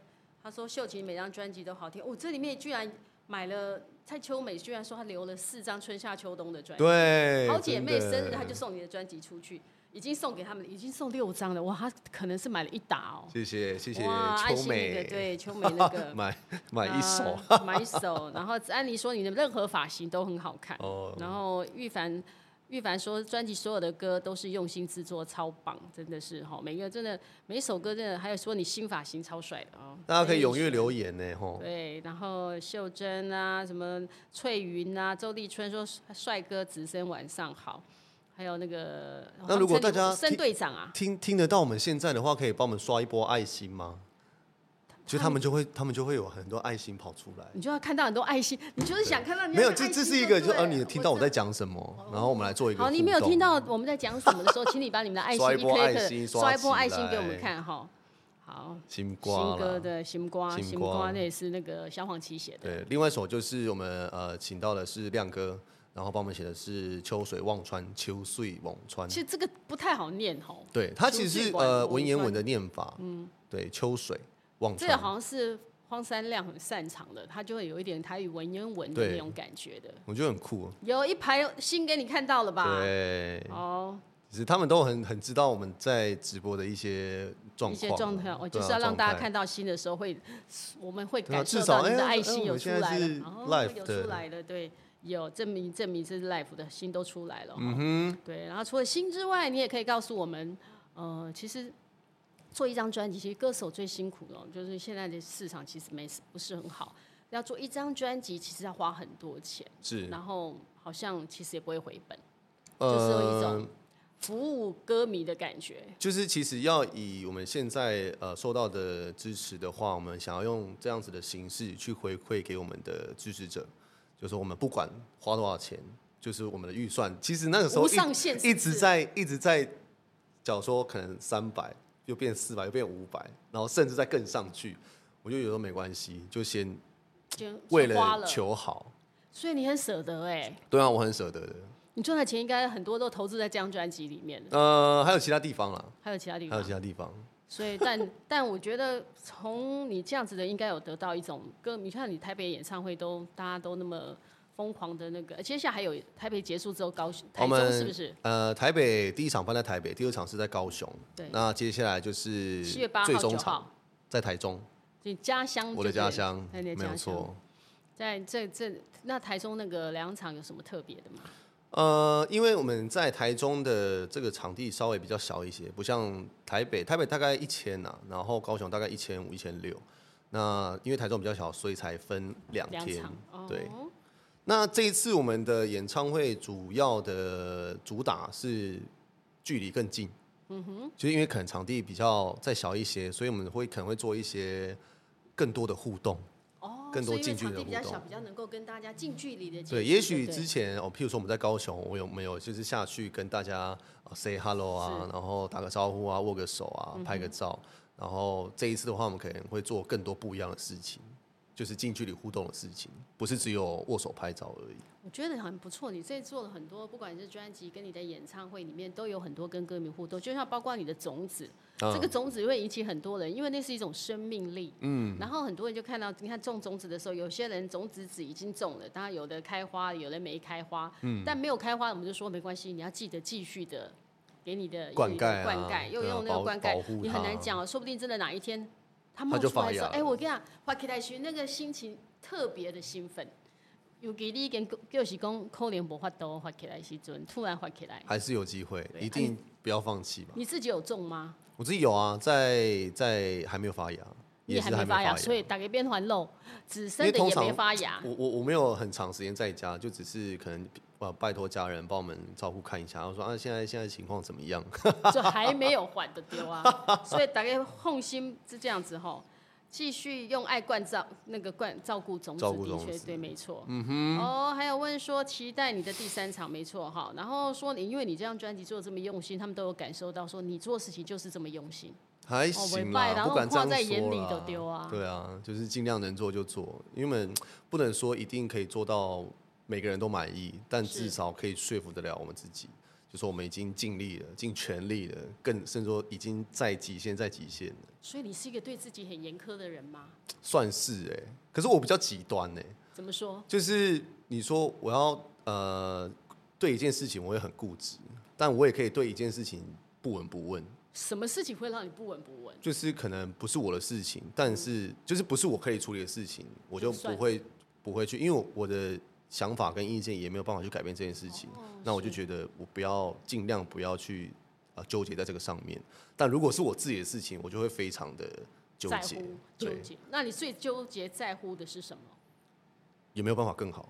Speaker 2: 他说秀琴每张专辑都好听。哦，这里面居然买了蔡秋美，居然说她留了四张春夏秋冬的专辑。
Speaker 1: 对，
Speaker 2: 哎好姐妹
Speaker 1: 真
Speaker 2: 生
Speaker 1: 的
Speaker 2: 日，她就送你的专辑出去，已经送给他们了，已经送六张了。哇，她可能是买了一打哦。
Speaker 1: 谢谢谢谢
Speaker 2: 哇，爱
Speaker 1: 秋
Speaker 2: 心那个
Speaker 1: 美，
Speaker 2: 对秋美那
Speaker 1: <laughs>
Speaker 2: 个。
Speaker 1: 买买一首。
Speaker 2: 啊，买一首。然后安妮说你的任何发型都很好看。
Speaker 1: 哦
Speaker 2: 然后玉凡，玉凡说专辑所有的歌都是用心制作，超棒，真的是哈，每个真的每一首歌真的，还有说你新发型超帅的哦。
Speaker 1: <laughs> 大家可以踊跃
Speaker 2: 言。
Speaker 1: 留言呢，吼。
Speaker 2: 对，然后秀珍啊，什么翠云啊，周立春说帅哥直升晚上好，还有那个
Speaker 1: 那如果大家
Speaker 2: 森
Speaker 1: 听
Speaker 2: 队长啊，
Speaker 1: 听听得到我们现在的话，可以帮我们刷一波爱心吗？就他们就会，他们就会有很多爱心跑出来。
Speaker 2: 你就要看到很多爱心，你就是想看到人家
Speaker 1: 没有，
Speaker 2: 的
Speaker 1: 这
Speaker 2: 爱
Speaker 1: 这
Speaker 2: 心
Speaker 1: 是一
Speaker 2: 就
Speaker 1: 个，就是
Speaker 2: 对
Speaker 1: 呃，
Speaker 2: 了
Speaker 1: 你听到我
Speaker 2: 知道哦
Speaker 1: 在讲什么，然后我们来做一个。
Speaker 2: 好，你没有听？到我们在讲什么的时候，请你把你们的爱
Speaker 1: <laughs>
Speaker 2: 心
Speaker 1: 刷一
Speaker 2: 一
Speaker 1: 波
Speaker 2: 颗
Speaker 1: 爱
Speaker 2: 一颗
Speaker 1: 心
Speaker 2: 刷一波
Speaker 1: 刷起
Speaker 2: 爱心给我们
Speaker 1: 来
Speaker 2: 看哈。好，
Speaker 1: 新瓜
Speaker 2: 新
Speaker 1: 啦
Speaker 2: 歌的新瓜，
Speaker 1: 新
Speaker 2: 新
Speaker 1: 瓜
Speaker 2: 瓜那也是那个萧煌奇写的。
Speaker 1: 对，另外一首就是我们呃请到的是亮哥，然后帮我们写的是秋水忘川，秋水忘川
Speaker 2: 其。实这个不太好念哦吼，
Speaker 1: 对，它其
Speaker 2: 秋
Speaker 1: 实
Speaker 2: 水
Speaker 1: 是
Speaker 2: 忘
Speaker 1: 呃
Speaker 2: 忘
Speaker 1: 文言文
Speaker 2: 川
Speaker 1: 的念法。嗯，对，秋水忘
Speaker 2: 这
Speaker 1: 川。
Speaker 2: 个好像是荒山亮很擅长的，他就会有一点台语文言文的
Speaker 1: 对
Speaker 2: 那种感觉的。
Speaker 1: 我觉得很酷、哦。
Speaker 2: 有一排新给你看到了吧？
Speaker 1: 对，
Speaker 2: 哦，
Speaker 1: 其实他们都很很知道我们在直播的一些状
Speaker 2: 一
Speaker 1: 况
Speaker 2: 些
Speaker 1: 啊，
Speaker 2: 状态，哦我就
Speaker 1: 对啊
Speaker 2: 是要让大家。
Speaker 1: 状态
Speaker 2: 看到新的时候会，我们会
Speaker 1: 对啊
Speaker 2: 感受
Speaker 1: 至少
Speaker 2: 到你的
Speaker 1: 哎
Speaker 2: 爱
Speaker 1: 哎
Speaker 2: 心
Speaker 1: 我
Speaker 2: 有
Speaker 1: 们
Speaker 2: 出
Speaker 1: 现在
Speaker 2: 来
Speaker 1: 是
Speaker 2: 了，哦，
Speaker 1: live
Speaker 2: 有
Speaker 1: 的
Speaker 2: 出来了，对，有证明证明这是 life 的心都出来了，嗯哼，对。然后除了心之外，你也可以告诉我们，呃，其实做一张专辑，其实歌手最辛苦的哦，就是现在的市场其实没不是很好，要做一张专辑，其实要花很多钱，
Speaker 1: 是，
Speaker 2: 然后好像其实也不会回本，就是有一
Speaker 1: 呃
Speaker 2: 种，服务歌迷的感觉，
Speaker 1: 就是其实要以我们现在呃受到的支持的话，我们想要用这样子的形式去回馈给我们的支持者，就是我们不管花多少钱，就是我们的预算，其实那个时候
Speaker 2: 无
Speaker 1: 一
Speaker 2: 上限是
Speaker 1: 一
Speaker 2: 不
Speaker 1: 直
Speaker 2: 是
Speaker 1: 在一直在，假如说可能三百，又变四百，又变五百，然后甚至再更上去，我就觉得没关系，就先
Speaker 2: 就
Speaker 1: 为
Speaker 2: 就花
Speaker 1: 了
Speaker 2: 了。
Speaker 1: 求好。
Speaker 2: 所以你很舍得哎、
Speaker 1: 对啊，我很舍得的。
Speaker 2: 你赚的钱应该很多都投资在这张专辑里面了，
Speaker 1: 呃，还有其他地方啦，
Speaker 2: 还有其他地
Speaker 1: 还有
Speaker 2: 方
Speaker 1: 其。他地方。
Speaker 2: 所以，但但我觉得从你这样子的，应该有得到一种歌迷。你看你台北演唱会都大家都那么疯狂的那个，接下来还有台北结束之后高雄、台
Speaker 1: 我
Speaker 2: 中
Speaker 1: 们
Speaker 2: 是不是？
Speaker 1: 呃，台北第一场办在台北，第二场是在高雄。
Speaker 2: 对
Speaker 1: 那接下来就是
Speaker 2: 七月八号、
Speaker 1: 最
Speaker 2: 九
Speaker 1: 终场
Speaker 2: 号，
Speaker 1: 在台中，
Speaker 2: 你家乡
Speaker 1: 我的
Speaker 2: 就对
Speaker 1: 家
Speaker 2: 了
Speaker 1: 乡，
Speaker 2: 在你的
Speaker 1: 没有
Speaker 2: 家乡。
Speaker 1: 错。
Speaker 2: 在这这那台中那个两场有什么特别的吗？
Speaker 1: 呃，因为我们在台中的这个场地稍微比较小一些，不像台北，台北大概一千呐，然后高雄大概一千五、一千六。那因为台中比较小，所以才分两
Speaker 2: 两
Speaker 1: 天
Speaker 2: 场。哦，
Speaker 1: 对，那这一次我们的演唱会主要的主打是距离更近，嗯哼，就是因为可能场地比较再小一些，所以我们会可能会做一些更多的互动。
Speaker 2: 哦，
Speaker 1: 更多
Speaker 2: 所以因为
Speaker 1: 近距离的
Speaker 2: 场地比较
Speaker 1: 互动
Speaker 2: 小，比较能够跟大家近距离的接触。
Speaker 1: 对，也许
Speaker 2: 不对
Speaker 1: 之前哦，譬如说我们在高雄，我有没有就是下去跟大家呃 say hello 啊，然后打个招呼啊，握个手
Speaker 2: 嗯
Speaker 1: 啊，拍个照。然后这一次的话，我们可能会做更多不一样的事情，就是近距离互动的事情，不是只有握手拍照而已。
Speaker 2: 我觉得很不错，你这做了很多，不管是专辑跟你的演唱会里面，都有很多跟歌迷互动，就像包括你的种子，
Speaker 1: 嗯
Speaker 2: 这个种子会引起很多人，因为那是一种生命力。嗯，然后很多人就看到，你看种种子的时候，有些人种子子已经种了，当然有的开花，有的没开花。嗯，但没有开花，我们就说没关系，你要记得继续的给你的
Speaker 1: 灌溉啊
Speaker 2: 灌溉，又
Speaker 1: 对啊
Speaker 2: 用那
Speaker 1: 保
Speaker 2: 个灌
Speaker 1: 保
Speaker 2: 溉
Speaker 1: 护，
Speaker 2: 你
Speaker 1: 它
Speaker 2: 很难讲，说不定真的哪一天它冒
Speaker 1: 它就
Speaker 2: 出来
Speaker 1: 发
Speaker 2: 的时
Speaker 1: 芽
Speaker 2: 候，哎、
Speaker 1: 了
Speaker 2: 我跟你讲，花开来时那个心情特别的兴奋。尤其你跟就是讲可能无法度发起来的时阵，突然发起来，
Speaker 1: 还是有机会，
Speaker 2: 对
Speaker 1: 一
Speaker 2: 啊
Speaker 1: 定不要放弃吧。
Speaker 2: 你自己有中吗？
Speaker 1: 我自己有啊，在在还没有发芽，
Speaker 2: 你
Speaker 1: 也
Speaker 2: 还
Speaker 1: 是没
Speaker 2: 发
Speaker 1: 芽，
Speaker 2: 所以啊打给变环肉，只生
Speaker 1: 因为
Speaker 2: 的
Speaker 1: 通
Speaker 2: 也没
Speaker 1: 常
Speaker 2: 发
Speaker 1: <laughs>
Speaker 2: 芽。
Speaker 1: 我我我没有很长时间在家，就只是可能呃拜托家人帮我们照顾看一下，然后说啊现在现在情况怎么样？ <laughs>
Speaker 2: 就还没有还的丢啊，所以大家放心是这样子吼，继续用爱灌照那个灌照顾种子，
Speaker 1: 照顾
Speaker 2: 的
Speaker 1: 种
Speaker 2: 确
Speaker 1: 子
Speaker 2: 对，没错。嗯哼。哦，还有问说期待你的第三场，没错哈。然后说你因为你这张专辑做得这么用心，他们都有感受到说你做事情就是这么用心。
Speaker 1: 还
Speaker 2: 哦
Speaker 1: 行
Speaker 2: 不错
Speaker 1: 啦，
Speaker 2: 啦
Speaker 1: 不敢这
Speaker 2: 我看在眼里都
Speaker 1: 样
Speaker 2: 对
Speaker 1: 说
Speaker 2: 啊
Speaker 1: 啦。对啊，就是尽量能做就做，因为我们不能说一定可以做到每个人都满意，但
Speaker 2: 是
Speaker 1: 至少可以说服得了我们自己，就说我们已经尽力了，尽全力了，更甚至说已经在极限，在极限了。
Speaker 2: 所以你是一个对自己很严苛的人吗？
Speaker 1: 算是哎、可是我比较极端哎、
Speaker 2: 怎么说？
Speaker 1: 就是你说我要呃对一件事情我会很固执，但我也可以对一件事情不闻不问，
Speaker 2: 什么事情会让你不闻不问？
Speaker 1: 就是可能不是我的事情，但是就是不是我可以处理的事情，我就
Speaker 2: 就算
Speaker 1: 不会不会去，因为我我的想法跟意见也没有办法去改变这件事情，
Speaker 2: 哦
Speaker 1: 那我就觉得我不要尽量不要去呃纠结在这个上面。但如果是我自己的事情，我就会非常的纠
Speaker 2: 在
Speaker 1: 结
Speaker 2: 乎，纠
Speaker 1: 对，
Speaker 2: 结。那你最纠结在乎的是什么？
Speaker 1: 有没有办法更好？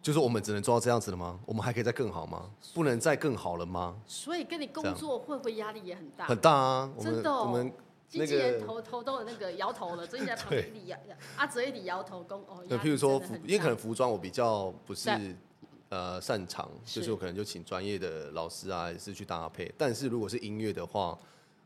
Speaker 1: 就是我们只能做到这样子了吗？我们还可以再更好吗？不能再更好了吗？
Speaker 2: 所以跟你
Speaker 1: 这
Speaker 2: 工
Speaker 1: 样
Speaker 2: 作会不会压力也很大？
Speaker 1: 很大啊！我
Speaker 2: 真
Speaker 1: 们、
Speaker 2: 的哦
Speaker 1: 我们
Speaker 2: 经
Speaker 1: 那
Speaker 2: 纪人
Speaker 1: 个
Speaker 2: 头头都有那
Speaker 1: <laughs>
Speaker 2: 个摇头了，最近在旁边一直摇，阿哲一直摇头公哦。
Speaker 1: 对，
Speaker 2: 压
Speaker 1: 呃譬
Speaker 2: 力
Speaker 1: 如说
Speaker 2: 真的
Speaker 1: 服
Speaker 2: 很，大
Speaker 1: 因为可能服装我比较不是
Speaker 2: 对
Speaker 1: 呃擅长，
Speaker 2: 是
Speaker 1: 就是我可能就请专业的老师啊，也是去搭配。但是如果是音乐的话，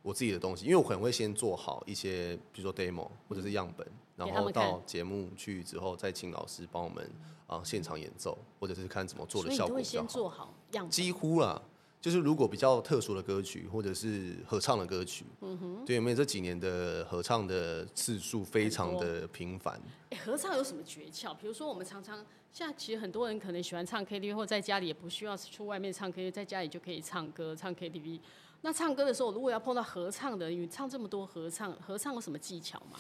Speaker 1: 我自己的东西，因为我可能会先做好一些，比如说 demo 或者是样本，然
Speaker 2: 嗯给他
Speaker 1: 后
Speaker 2: 们看
Speaker 1: 到节目去之后再请老师帮我们啊、现场演奏，或者是看怎么做的
Speaker 2: 所以你
Speaker 1: 效
Speaker 2: 都
Speaker 1: 果
Speaker 2: 会
Speaker 1: 比较
Speaker 2: 先
Speaker 1: 好。
Speaker 2: 做好样子。
Speaker 1: 几乎啦，就是如果比较特殊的歌曲或者是合唱的歌曲，嗯哼，对，因为这几年的合唱的次数非常的频繁，
Speaker 2: 诶合唱有什么诀窍？比如说，我们常常现在其实很多人可能喜欢唱 KTV，或在家里也不需要出外面唱 KTV，在家里就可以唱歌、唱 KTV。那唱歌的时候，如果要碰到合唱的，你唱这么多合唱，合唱有什么技巧吗？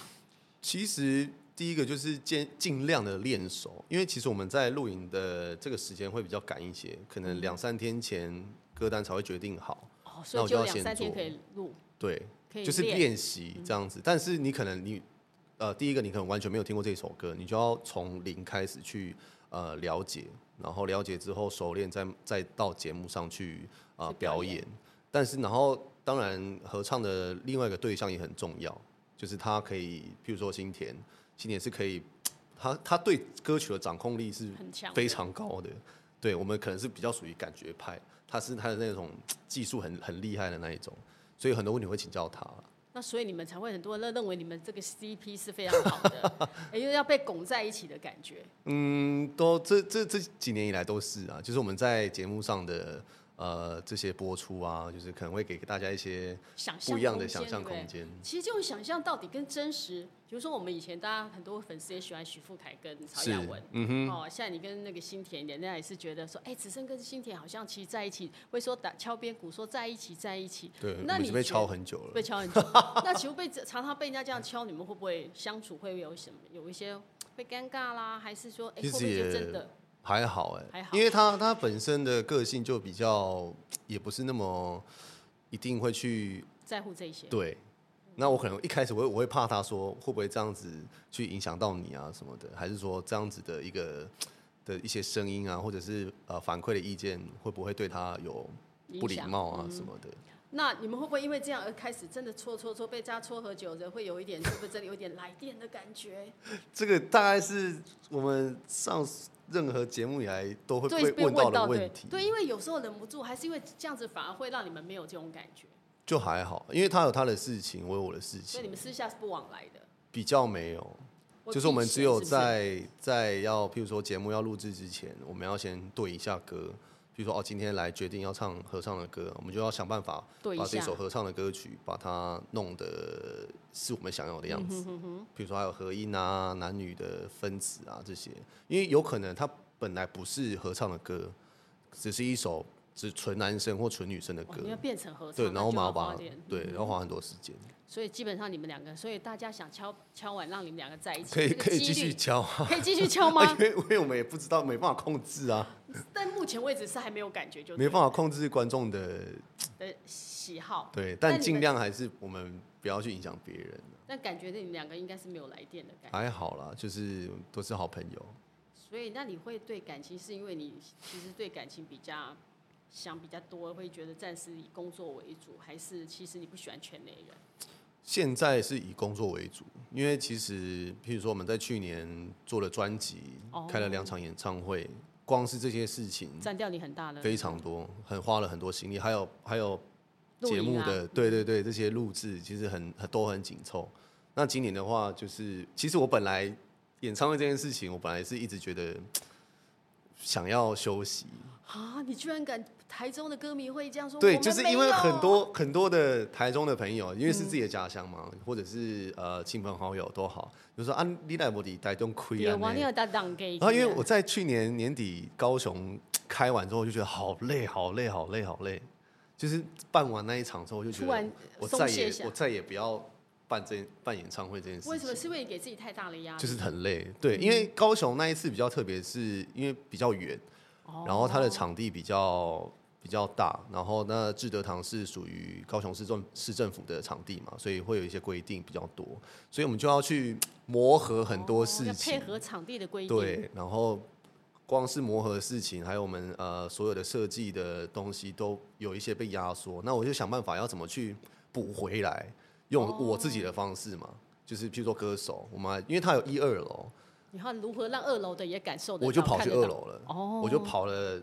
Speaker 1: 其实第一个就是尽尽量的练熟，因为其实我们在录影的这个时间会比较赶一些，可能两三天前歌单才会决定好。
Speaker 2: 哦，
Speaker 1: 那
Speaker 2: 所以
Speaker 1: 我就
Speaker 2: 就
Speaker 1: 要
Speaker 2: 两
Speaker 1: 先
Speaker 2: 三天
Speaker 1: 做
Speaker 2: 可以录，
Speaker 1: 对，
Speaker 2: 可以
Speaker 1: 就是
Speaker 2: 练嗯
Speaker 1: 练习这样子。但是你可能你呃，第一个你可能完全没有听过这首歌，你就要从零开始去呃了解，然后了解之后熟练再，再到节目上去啊、呃
Speaker 2: 去表
Speaker 1: 表
Speaker 2: 演
Speaker 1: 演。但是然后当然合唱的另外一个对象也很重要，就是他可以，譬如说新田，新田是可以。他他对歌曲的掌控力是
Speaker 2: 很强的
Speaker 1: 非常高的，对我们可能是比较属于感觉派，他是他的那种技术很很厉害的那一种，所以很多问题会请教他。
Speaker 2: 那所以你们才会很多人认为你们这个 CP 是非常好
Speaker 1: <laughs>
Speaker 2: 的，也就是要被拱在一起的感觉。
Speaker 1: 嗯，都这这这几年以来都是啊，就是我们在节目上的呃这些播出啊，就是可能会给大家一些
Speaker 2: 想象
Speaker 1: 不一样的
Speaker 2: 空间
Speaker 1: 想象
Speaker 2: 对不对
Speaker 1: 空间。
Speaker 2: 其实这种想象到底跟真实，比如说我们以前大家很多粉丝也喜欢许富凯跟曹
Speaker 1: 是
Speaker 2: 雅文，，
Speaker 1: 嗯哼，
Speaker 2: 哦，现在你跟那个新田，人家也是觉得说，哎、子胜跟新田好像其实在一起，会说打敲边鼓，说在一起，在
Speaker 1: <laughs>
Speaker 2: 一起。
Speaker 1: 对，我
Speaker 2: 那
Speaker 1: 们已
Speaker 2: 你
Speaker 1: 经被
Speaker 2: 觉
Speaker 1: 敲
Speaker 2: 得
Speaker 1: 很久了
Speaker 2: 被。敲很久。那请问被常常被人家这样敲，你们会不会相处会有什么有一些会尴尬啦，还是说，哎、
Speaker 1: 其
Speaker 2: 会不
Speaker 1: 实
Speaker 2: 会就
Speaker 1: 也
Speaker 2: 真的
Speaker 1: 还好哎、
Speaker 2: 还好
Speaker 1: 因为他他本身的个性就比较，也不是那么一定会去
Speaker 2: 在乎这些？
Speaker 1: 对，那我可能一开始我会我会怕他说会不会这样子去影响到你啊什么的，还是说这样子的一个的一些声音啊，或者是呃反馈的意见会不会对他有不
Speaker 2: 影
Speaker 1: 礼
Speaker 2: 响嗯
Speaker 1: 貌啊什么的？
Speaker 2: 那你们会不会因为这样而开始真的搓搓搓被家搓喝酒的，会有一点是不是真的有点来电的感觉？
Speaker 1: 这个大概是我们上任何节目以来都会
Speaker 2: 对，
Speaker 1: 被
Speaker 2: 被
Speaker 1: 问到的
Speaker 2: 对
Speaker 1: 问题，
Speaker 2: 对，因为有时候忍不住，还是因为这样子反而会让你们没有这种感觉，
Speaker 1: 就还好，因为他有他的事情，我有我的事
Speaker 2: 所
Speaker 1: 情
Speaker 2: 以你，们私下是不往来的。
Speaker 1: 比较没有。
Speaker 2: 会
Speaker 1: 就是我们
Speaker 2: 避
Speaker 1: 只
Speaker 2: 嫌
Speaker 1: 有
Speaker 2: 是不是
Speaker 1: 在在要，譬如说节目要录制之前，我们要先对一下歌。比如说哦，今天来决定要唱合唱的歌，我们就要想办法
Speaker 2: 对一
Speaker 1: 把这
Speaker 2: 下
Speaker 1: 首合唱的歌曲把它弄得是我们想要的样
Speaker 2: 嗯
Speaker 1: 子。比如说还有合音啊、男女的分子啊这些，因为有可能它本来不是合唱的歌，只是一首只纯男生或纯女生的
Speaker 2: 哦
Speaker 1: 歌
Speaker 2: 你。要变成合唱，
Speaker 1: 对，然后我
Speaker 2: 那
Speaker 1: 们
Speaker 2: 就
Speaker 1: 要
Speaker 2: 要
Speaker 1: 把
Speaker 2: 花
Speaker 1: 它
Speaker 2: 点。嗯
Speaker 1: 对，然后花很多时间，
Speaker 2: 所以基本上你们两个，所以大家想敲敲完，让你们两个在一起，
Speaker 1: 可以
Speaker 2: 这个
Speaker 1: 可以
Speaker 2: 几
Speaker 1: 继续
Speaker 2: 率
Speaker 1: 教啊，
Speaker 2: 可以继续
Speaker 1: <laughs>
Speaker 2: 敲
Speaker 1: 因
Speaker 2: 吗？
Speaker 1: 为因为我们也不知道，没办法控制啊。
Speaker 2: 但目前为止是还没有感觉，就
Speaker 1: 没
Speaker 2: 法
Speaker 1: 办法控制观众的
Speaker 2: 的喜好，
Speaker 1: 对，
Speaker 2: 那
Speaker 1: 但
Speaker 2: 你
Speaker 1: 尽
Speaker 2: 们
Speaker 1: 量还是我们不要去影响别人，
Speaker 2: 但感觉你们两个应该是没有来电的感觉。
Speaker 1: 还好啦，就是都是好朋友。
Speaker 2: 所以，那你会对感情，是因为你其实对感情比较想比较多，会觉得暂时以工作为主，还是其实你不喜欢圈内人？
Speaker 1: 现在是以工作为主，因为其实譬如说我们在去年做了专辑
Speaker 2: 哦，
Speaker 1: 开了两场演唱会，光是这些事情
Speaker 2: 占掉你很大的
Speaker 1: 嗯非常多，很花了很多心力，还有还有
Speaker 2: 录
Speaker 1: 节
Speaker 2: 影
Speaker 1: 目
Speaker 2: 啊
Speaker 1: 的，对对对，这些录制其实很很都很紧凑。那今年的话，就是其实我本来演唱会这件事情，我本来是一直觉得想要休息，
Speaker 2: 啊！你居然敢台中的歌迷会这样说？
Speaker 1: 对，
Speaker 2: 我们
Speaker 1: 就是
Speaker 2: 没
Speaker 1: 因为
Speaker 2: 有嗯
Speaker 1: 很多很多的台中的朋友，因为是自己的家乡嘛，或者是呃亲朋好友都好，就说啊，你来不里台中亏
Speaker 2: 有
Speaker 1: 啊
Speaker 2: 王力
Speaker 1: 呢。
Speaker 2: 宏搭档给，啊
Speaker 1: 然后因为我在去年年底高雄开完之后，就觉得好累，好累，好累，好累。就是办完那一场之后，我就觉
Speaker 2: 突然
Speaker 1: 得我
Speaker 2: 松
Speaker 1: 再
Speaker 2: 懈
Speaker 1: 也
Speaker 2: 下
Speaker 1: 我再也不要办这办演唱会这件事情。
Speaker 2: 为什么嗯是因为你给自己太大的压力？
Speaker 1: 就是很累，对，因为高雄那一次比较特别，是因为比较远，
Speaker 2: 哦
Speaker 1: 然后它的场地比较比较大，然后那志德堂是属于高雄市政市政府的场地嘛，所以会有一些规定比较多，所以我们就要去磨合很多
Speaker 2: 哦要
Speaker 1: 事
Speaker 2: 配
Speaker 1: 情，
Speaker 2: 合场地的规定，
Speaker 1: 对，然后光是磨合的事情，还有我们呃所有的设计的东西都有一些被压缩，那我就想办法要怎么去补回来，
Speaker 2: 哦
Speaker 1: 用我自己的方式嘛。就是譬如说歌手，我们还因为它有一二楼，
Speaker 2: 你看如何让二楼的也感受得到，
Speaker 1: 我就跑
Speaker 2: 看
Speaker 1: 去
Speaker 2: 得
Speaker 1: 二
Speaker 2: 到
Speaker 1: 楼了，
Speaker 2: 哦
Speaker 1: 我就跑了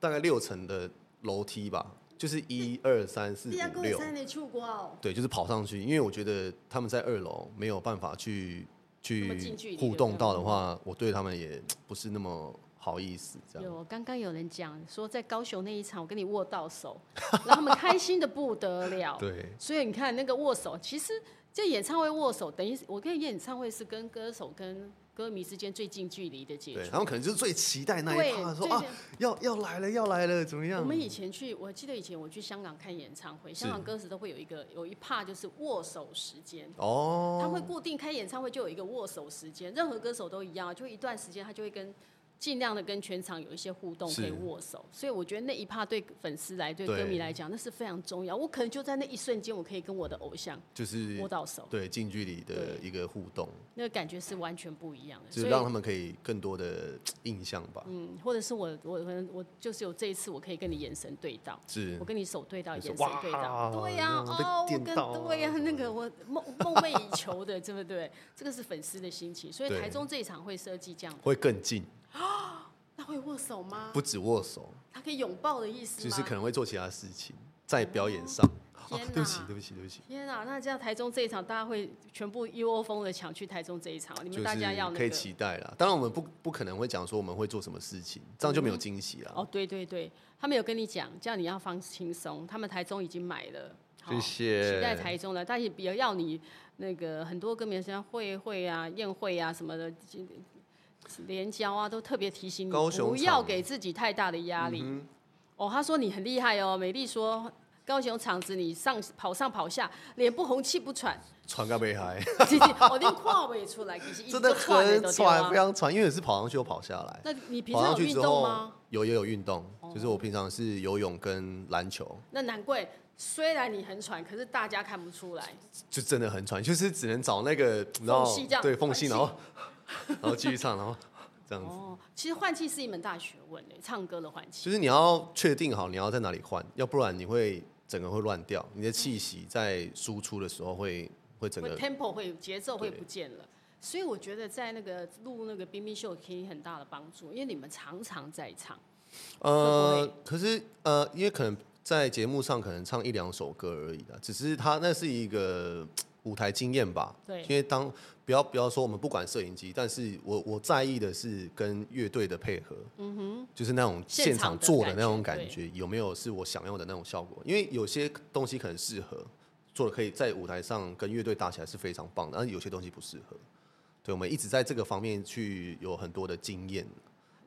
Speaker 1: 大概六层的楼梯吧，就是一二三四
Speaker 2: 你还
Speaker 1: 五
Speaker 2: 哎跟我
Speaker 1: 六，
Speaker 2: 三年去过哦。
Speaker 1: 对，就是跑上去，因为我觉得他们在二楼没有办法去
Speaker 2: 那么近距
Speaker 1: 去
Speaker 2: 离
Speaker 1: 互
Speaker 2: 有
Speaker 1: 动
Speaker 2: 没有
Speaker 1: 到的话，我对他们也不是那么好意思这样。
Speaker 2: 有，刚刚有人讲说，在高雄那一场，我跟你握到手， <laughs> 然后他们开心的不得了。
Speaker 1: 对，
Speaker 2: 所以你看那个握手，其实这演唱会握手，等于是我跟演唱会是跟歌手跟歌迷之间最近距离的接
Speaker 1: 对，
Speaker 2: 触。
Speaker 1: 他们可能就是最期待那一
Speaker 2: 对
Speaker 1: 趴，说
Speaker 2: 最
Speaker 1: 啊
Speaker 2: 近，
Speaker 1: 要要来了，要来了，怎么样？
Speaker 2: 我们以前去，我记得以前我去香港看演唱会，香港歌手都会有一个有一 part 就是握手时间。
Speaker 1: 哦，
Speaker 2: 他会固定开演唱会就有一个握手时间，任何歌手都一样，啊就一段时间他就会跟尽量的跟全场有一些互动，
Speaker 1: 是
Speaker 2: 可以握手。所以我觉得那一趴对粉丝来对
Speaker 1: 对
Speaker 2: 歌迷来讲那是非常重要。我可能就在那一瞬间，我可以跟我的偶像
Speaker 1: 就是
Speaker 2: 握到手，
Speaker 1: 对近距离的
Speaker 2: 对
Speaker 1: 一个互动，
Speaker 2: 那个感觉是完全不一样的。
Speaker 1: 就
Speaker 2: 所
Speaker 1: 是让他
Speaker 2: 以
Speaker 1: 们可以更多的印象吧。
Speaker 2: 嗯，或者是我我可能我就是有这一次，我可以跟你眼神对到。
Speaker 1: 是
Speaker 2: 我，跟你手对到，眼
Speaker 1: 就是
Speaker 2: 神
Speaker 1: 哇
Speaker 2: 对到，对呀、
Speaker 1: 这样
Speaker 2: 哦，
Speaker 1: 被
Speaker 2: 我
Speaker 1: 电
Speaker 2: 跟
Speaker 1: 到啊
Speaker 2: 对呀、
Speaker 1: 什么
Speaker 2: 那
Speaker 1: 的
Speaker 2: 个我梦梦寐以求的，对不对？这个是粉丝的心情，所以
Speaker 1: 对
Speaker 2: 台中这一场会设计这样的。
Speaker 1: 会更近，
Speaker 2: 啊那会握手吗？
Speaker 1: 不止握手，
Speaker 2: 他可以拥抱的意思吗？哦
Speaker 1: 就是可能会做其他事情，在表演上。啊
Speaker 2: 天，哪
Speaker 1: 对不起，对不起，对不起，
Speaker 2: 天啊，那这样台中这一场，大家会全部一窝蜂的抢去台中这一场，你
Speaker 1: 就
Speaker 2: 们大家要
Speaker 1: 是
Speaker 2: 那
Speaker 1: 可以
Speaker 2: 个
Speaker 1: 期待啦。当然，我们不不可能会讲说我们会做什么事情，这样就没有惊喜了。
Speaker 2: 哦，对对对，他们有跟你讲，叫你要放轻松，他们台中已经买了。好
Speaker 1: 谢谢
Speaker 2: 期待台中了，但也也要你那个很多跟别人像会会啊、宴会啊什么的，联交啊都特别提醒你
Speaker 1: 高雄嗯
Speaker 2: 不要
Speaker 1: 场
Speaker 2: 给自己太大的压力。哦，他说你很厉害哦，美丽说高雄场子你上跑上跑下，脸不红气
Speaker 1: <laughs>
Speaker 2: 不喘， <laughs>
Speaker 1: 传个北海，
Speaker 2: 其实我连看不出来，其实
Speaker 1: 真的
Speaker 2: 他穿
Speaker 1: 很
Speaker 2: 都对
Speaker 1: 喘，
Speaker 2: 啊
Speaker 1: 非。常喘，因为是跑上去又跑下来。
Speaker 2: 那你平
Speaker 1: 跑
Speaker 2: 常
Speaker 1: 上
Speaker 2: 有
Speaker 1: 去
Speaker 2: 运
Speaker 1: 之
Speaker 2: 动
Speaker 1: 后
Speaker 2: 吗？，哦
Speaker 1: 有也有运动，就是我平常是游泳跟篮球，
Speaker 2: 那难怪，虽然你很喘，可是大家看不出来。
Speaker 1: 就真的很喘，就是只能找那个然后
Speaker 2: 缝隙这样
Speaker 1: 对缝隙，
Speaker 2: 缝隙
Speaker 1: 然后然后继续唱，然后这样子，
Speaker 2: 哦，其实换气是一门大学问诶，唱歌的换气。
Speaker 1: 就是你要确定好你要在哪里换，要不然你会整个会乱掉，你的气息在输出的时候会会整
Speaker 2: 会
Speaker 1: 个
Speaker 2: tempo 会节奏会
Speaker 1: 对
Speaker 2: 不见了。所以我觉得在那个录那个冰冰秀可以很大的帮助，因为你们常常在唱，
Speaker 1: 呃
Speaker 2: 会不，
Speaker 1: 可是呃，因为可能在节目上可能唱一两首歌而已的，只是他那是一个嘖舞台经验吧。
Speaker 2: 对
Speaker 1: 因为当不要不要说我们不管摄影机，但是我我在意的是跟乐队的配合，嗯哼，就是那种
Speaker 2: 现
Speaker 1: 现
Speaker 2: 场
Speaker 1: 场
Speaker 2: 的
Speaker 1: 做的
Speaker 2: 感
Speaker 1: 那种
Speaker 2: 觉
Speaker 1: 感
Speaker 2: 对
Speaker 1: 觉，有没有是我想要的那种效果？因为有些东西可能适合做的，可以在舞台上跟乐队搭起来是非常棒的，但是有些东西不适合。对，我们一直在这个方面去有很多的经验。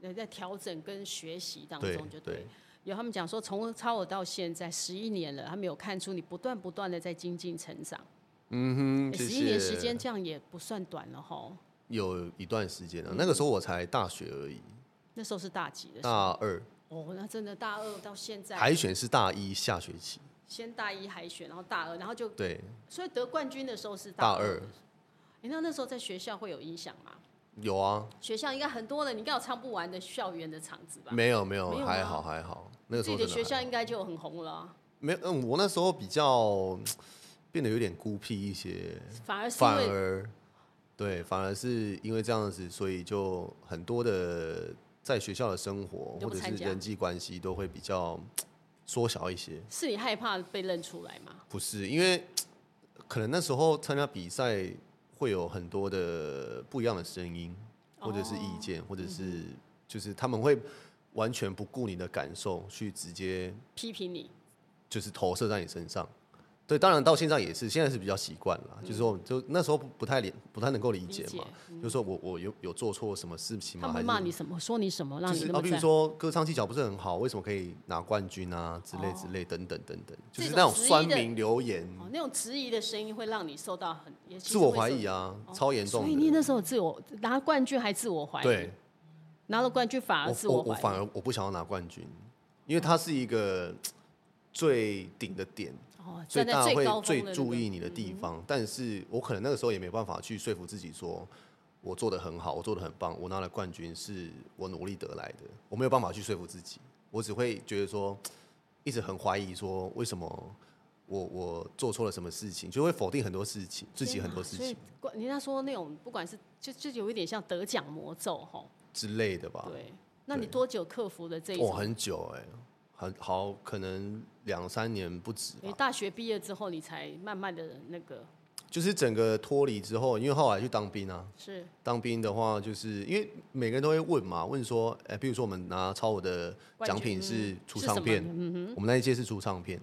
Speaker 2: 呃在调整跟学习当
Speaker 1: 对
Speaker 2: 中就对。
Speaker 1: 对
Speaker 2: 有他们讲说，从超我到现在十一年了，他们有看出你不断不断的在精进成长。欸
Speaker 1: 嗯哼，谢
Speaker 2: 哎十
Speaker 1: 谢
Speaker 2: 一年时间这样也不算短了吼，
Speaker 1: 有一段时间了、那个时候我才大学而已，
Speaker 2: 那时候是嗯大几的时候？
Speaker 1: 大二
Speaker 2: 哦，那真的大二到现在，
Speaker 1: 海选是大一下学期，
Speaker 2: 先大一海选，然后大二，然后就
Speaker 1: 对，
Speaker 2: 所以得冠军的时候是
Speaker 1: 大
Speaker 2: 二
Speaker 1: 二
Speaker 2: 的时候。诶那那时候在学校会有影响吗？
Speaker 1: 有啊，
Speaker 2: 学校应该很多人，你应该有唱不完的校园的场子吧？
Speaker 1: 没有没
Speaker 2: 没
Speaker 1: 有，
Speaker 2: 有
Speaker 1: 还
Speaker 2: 吗
Speaker 1: 好还好，那个时
Speaker 2: 自己
Speaker 1: 候
Speaker 2: 的
Speaker 1: 真的
Speaker 2: 学
Speaker 1: 还好
Speaker 2: 校应该就很红了啊、
Speaker 1: 没有，嗯，我那时候比较嗯变得有点孤僻一些，
Speaker 2: 反而是因
Speaker 1: 反
Speaker 2: 为
Speaker 1: 而对，反而是因为这样子，所以就很多的在学校的生活
Speaker 2: 你都
Speaker 1: 或
Speaker 2: 不
Speaker 1: 者是
Speaker 2: 参加
Speaker 1: 人际关系都会比较嗯缩小一些。
Speaker 2: 是你害怕被认出来嘛？
Speaker 1: 不是，因为可能那时候参加比赛会有很多的不一样的声音，或者是意
Speaker 2: 哦
Speaker 1: 见，或者是
Speaker 2: 嗯
Speaker 1: 就是他们会完全不顾你的感受，去直接
Speaker 2: 批评你，
Speaker 1: 就是投射在你身上。对，当然到现在也是，现在是比较习惯了，就是说，就那时候不不太理，不太能够理解
Speaker 2: 嗯理解嗯
Speaker 1: 嘛，就是说我我有有做错什么事情
Speaker 2: 他
Speaker 1: 吗？还
Speaker 2: 们
Speaker 1: 是
Speaker 2: 骂你什么，说你什么，让
Speaker 1: 就
Speaker 2: 你
Speaker 1: 是
Speaker 2: 那
Speaker 1: 啊，
Speaker 2: 么
Speaker 1: 比如
Speaker 2: 在。
Speaker 1: 说歌唱技巧不是很好，为什么可以拿冠军啊之类
Speaker 2: 哦
Speaker 1: 之类等等等等，就
Speaker 2: 这
Speaker 1: 是
Speaker 2: 种
Speaker 1: 那种
Speaker 2: 质疑
Speaker 1: 酸
Speaker 2: 的
Speaker 1: 民留言，
Speaker 2: 哦，那种质疑的声音会让你受到很也
Speaker 1: 自我怀疑，啊，超严
Speaker 2: 其实
Speaker 1: 重
Speaker 2: 会受哦所
Speaker 1: 的。
Speaker 2: 以你那时候自我拿冠军还自我怀疑，
Speaker 1: 对，
Speaker 2: 拿了冠军反而
Speaker 1: 我
Speaker 2: 自
Speaker 1: 我
Speaker 2: 怀
Speaker 1: 我
Speaker 2: 疑，
Speaker 1: 反而我不想要拿冠军，因为它是一个最顶的点，
Speaker 2: 哦，
Speaker 1: 所以
Speaker 2: 站
Speaker 1: 大
Speaker 2: 在
Speaker 1: 家
Speaker 2: 最高
Speaker 1: 会
Speaker 2: 峰
Speaker 1: 最
Speaker 2: 的、那个、嗯
Speaker 1: 注意你的地方。但是我可能那个时候也没办法去说服自己说。我做的很好，我做的很棒，我拿了冠军是我努力得来的，我没有办法去说服自己，我只会觉得说，一直很怀疑说为什么我我做错了什么事情，就会否定很多事情，自己
Speaker 2: 天
Speaker 1: 很
Speaker 2: 哪
Speaker 1: 多事
Speaker 2: 啊所以
Speaker 1: 情
Speaker 2: 冠人家说那种不管是就就有一点像得奖魔咒吼，
Speaker 1: 之类的吧。
Speaker 2: 对。那你多久克服了这一
Speaker 1: 我
Speaker 2: 种？
Speaker 1: 啊很久哎、很好，可能两三年不止
Speaker 2: 你
Speaker 1: 吧。
Speaker 2: 大学毕业之后，你才慢慢的那个
Speaker 1: 就是整个脱离之后，因为后来去当兵啊，
Speaker 2: 是
Speaker 1: 当兵的话，就是因为每个人都会问嘛，问说，哎、比如说我们拿超我的奖品是出唱片，
Speaker 2: 是什么嗯哼，哦
Speaker 1: 我们那一届是出唱片，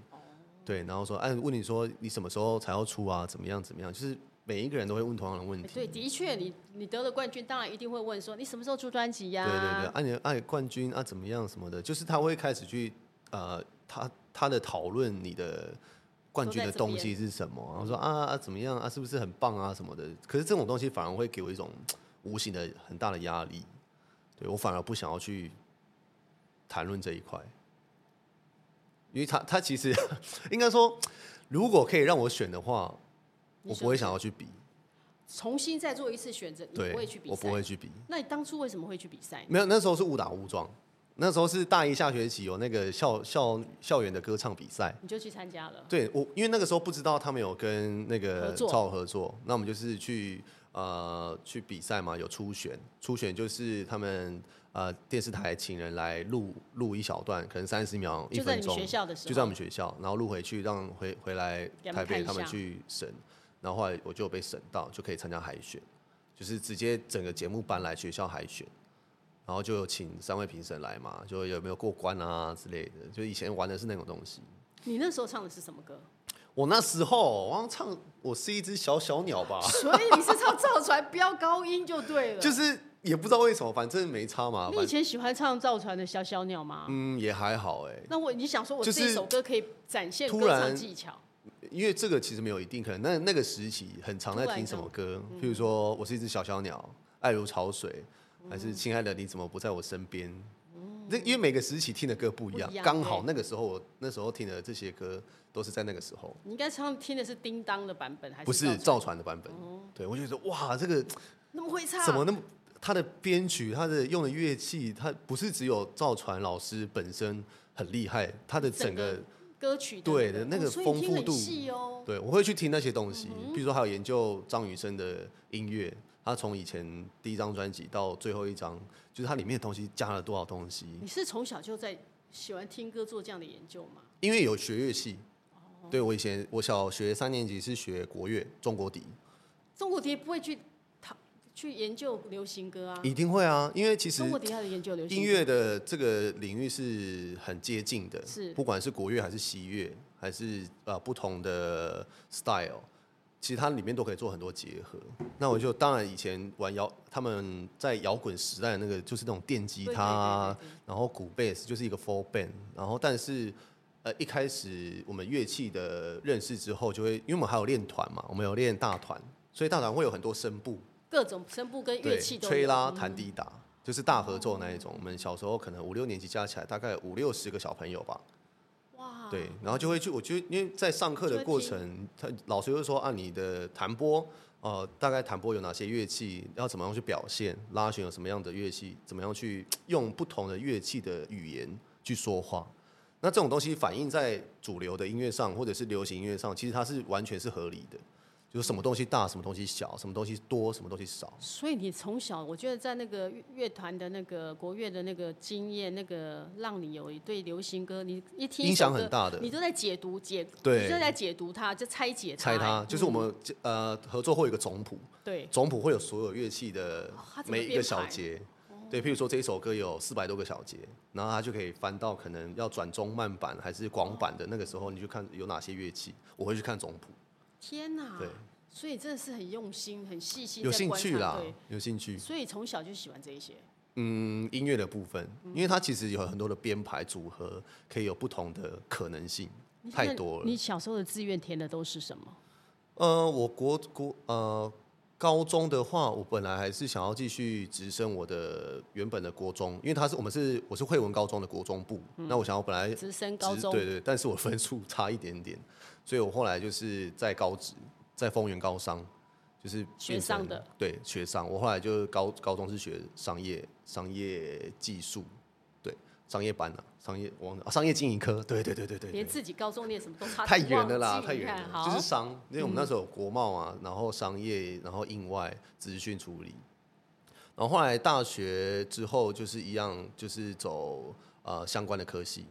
Speaker 1: 对，然后说，哎、问你说你什么时候才要出啊？怎么样怎么样？就是每一个人都会问同样的问
Speaker 2: 哎
Speaker 1: 题，
Speaker 2: 对，的确，你你得了冠军，当然一定会问说你什么时候出专辑呀？
Speaker 1: 对对对，啊你啊你冠军啊怎么样什么的，就是他会开始去呃，他他的讨论你的冠军的动机是什么，然后说啊啊怎么样啊是不是很棒啊什么的，可是这种东西反而会给我一种嘖无形的很大的压力，对我反而不想要去谈论这一块，因为他他其实 <laughs> 应该说，嘖如果可以让我选的话，
Speaker 2: 你
Speaker 1: 我
Speaker 2: 说
Speaker 1: 不会想要去比，
Speaker 2: 重新再做一次选择，你
Speaker 1: 对
Speaker 2: 不会去，比赛，
Speaker 1: 我不会。去比。
Speaker 2: 那你当初为什么会去比赛呢？
Speaker 1: 没有，那时候是误打误撞。那时候是大一下学期有那个校校校园的歌唱比赛，
Speaker 2: 你就去参加了，
Speaker 1: 对我，因为那个时候不知道他们有跟那
Speaker 2: 合
Speaker 1: 个
Speaker 2: 作
Speaker 1: 超合作，那我们就是去呃去比赛嘛，有初选，初选就是他们呃电视台请人来录录一小段，可能三十秒一
Speaker 2: 就在
Speaker 1: 分
Speaker 2: 你
Speaker 1: 钟
Speaker 2: 们，学校的时候，
Speaker 1: 就在我们学校，然后录回去让回回来
Speaker 2: 给他们
Speaker 1: 台北
Speaker 2: 看一
Speaker 1: 他们
Speaker 2: 下
Speaker 1: 去审，然后后来我就被审到，就可以参加海选，就是直接整个节目搬来学校海选，然后就有请三位评审来嘛，就有没有过关啊之类的，就以前玩的是那种东西。
Speaker 2: 你那时候唱的是什么
Speaker 1: <laughs>
Speaker 2: 歌？
Speaker 1: 我那时候我好像唱我是一只小小鸟吧，
Speaker 2: 所以你是唱赵传飙高音就对了。
Speaker 1: 就是也不知道为什么，反正没差嘛，
Speaker 2: 你以
Speaker 1: 反
Speaker 2: 前喜欢唱赵传的《小小鸟》吗？
Speaker 1: 嗯也还好哎、
Speaker 2: 那我你想说，我
Speaker 1: 就
Speaker 2: 这
Speaker 1: 是
Speaker 2: 一首歌可以展现
Speaker 1: 突
Speaker 2: 歌唱
Speaker 1: 然
Speaker 2: 技巧，
Speaker 1: 因为这个其实没有一定，可能那那个时期很常在听什么歌，譬如说我是一只小小鸟，爱如潮水，还是亲爱的你怎么不在我身边？那因为每个时期听的歌嗯不一样
Speaker 2: 不一，样
Speaker 1: 刚好
Speaker 2: 对
Speaker 1: 那个时候我那时候听的这些歌都是在那个时候，
Speaker 2: 你应该唱听的是叮当的版本还是？
Speaker 1: 不是，赵传的哦版本。对我就觉得哇，这个
Speaker 2: 那么会唱，
Speaker 1: 怎么那么？他的编曲，他的用的乐器，他不是只有赵传老师本身很厉害，他的整个
Speaker 2: 歌曲
Speaker 1: 对
Speaker 2: 的哦
Speaker 1: 的那个丰富度
Speaker 2: 细哦。
Speaker 1: 对，我会去听那些东西，
Speaker 2: 嗯
Speaker 1: 比如说还有研究张雨生的音乐，他从以前第一张专辑到最后一张，就是它里面的东西加了多少东西。
Speaker 2: 你是从小就在喜欢听歌做这样的研究吗？
Speaker 1: 因为有学乐器，
Speaker 2: 哦
Speaker 1: 对我以前我小学三年级是学国乐、中国笛，
Speaker 2: 嗯中国笛不会去讨去研究流行歌啊，
Speaker 1: 一定会啊，因为其实
Speaker 2: 中国笛还有研究流行
Speaker 1: 音
Speaker 2: 歌
Speaker 1: 乐的这个领域是很接近的，
Speaker 2: 是
Speaker 1: 不管是国乐还是西乐，还是呃不同的 style，其实它里面都可以做很多结合。那我就当然以前玩摇，他们在摇滚时代的那个就是那种电吉他啊，
Speaker 2: 对对对对对
Speaker 1: 然后鼓 bass 就是一个 full band，然后但是。呃，一开始我们乐器的认识之后，就会因为我们还有练团嘛，我们有练大团，所以大团会有很多声部，
Speaker 2: 各种声部跟乐
Speaker 1: 对，
Speaker 2: 器都有嗯
Speaker 1: 吹拉、弹滴打，就是大合奏那一种。我们小时候可能五六年级加起来大概五六十个小朋友吧，
Speaker 2: 哇，
Speaker 1: 对，然后就会去，我觉得因为在上课
Speaker 2: 啊就
Speaker 1: 的
Speaker 2: 会
Speaker 1: 过
Speaker 2: 听
Speaker 1: 程，他老师会说啊，你的弹拨。呃，大概弹拨有哪些乐器，要怎么样去表现？拉弦有什么样的乐器？怎么样去用不同的乐器的语言去说话？那这种东西反映在主流的音乐上，或者是流行音乐上，其实它是完全是合理的，就是什么东西大，什么东西小，什么东西多，什么东西少。
Speaker 2: 所以你从小，我觉得在那个乐乐团的那个国乐的那个经验，那个让你有一对流行歌，你一听一
Speaker 1: 影响
Speaker 2: 首歌
Speaker 1: 很大的
Speaker 2: 你都在解读解，
Speaker 1: 对
Speaker 2: 你就在解读它，就拆解它，
Speaker 1: 猜它，
Speaker 2: 嗯
Speaker 1: 就是我们、呃合作会有一个总谱，
Speaker 2: 对，
Speaker 1: 总谱会有所有乐器的
Speaker 2: 哦它怎么
Speaker 1: 每一
Speaker 2: 编
Speaker 1: 个
Speaker 2: 排哦
Speaker 1: 小节。对，譬如说这一首歌有四百多个小节，然后它就可以翻到可能要转中慢版还是广版的那个时候，你就看有哪些乐器。我会去看总谱，
Speaker 2: 天哪，
Speaker 1: 对，
Speaker 2: 所以真的是很用心、很细心，
Speaker 1: 有兴趣啦
Speaker 2: 对，，
Speaker 1: 有兴趣。
Speaker 2: 所以从小就喜欢这一些，
Speaker 1: 嗯，音乐的部分，
Speaker 2: 嗯
Speaker 1: 因为它其实有很多的编排组合，可以有不同的可能性，
Speaker 2: 你觉得
Speaker 1: 太多了
Speaker 2: 你。小时候的志愿填的都是什么？
Speaker 1: 呃，我国国呃高中的话，我本来还是想要继续直升我的原本的国中，因为他是我们是我是惠文高中的国中部，那我想我本来
Speaker 2: 嗯直升高
Speaker 1: 职
Speaker 2: 中，
Speaker 1: 对对，但是我分数差一点点，所以我后来就是在高职，在丰原高商，就是
Speaker 2: 学
Speaker 1: 变成
Speaker 2: 商的，
Speaker 1: 对学商。我后来就高高中是学商业商业技术，对商业班啊，商业我忘了、啊、商业经营科，对对对对对对，
Speaker 2: 连自己高中念什么都差
Speaker 1: 太远了
Speaker 2: 忘
Speaker 1: 啦，
Speaker 2: 记
Speaker 1: 太远
Speaker 2: 你看
Speaker 1: 了，
Speaker 2: 好，嗯
Speaker 1: 就是商，因为我们那时候有国贸啊，然后商业，然后印外资讯处理，然后后来大学之后就是一样，就是走呃相关的科系，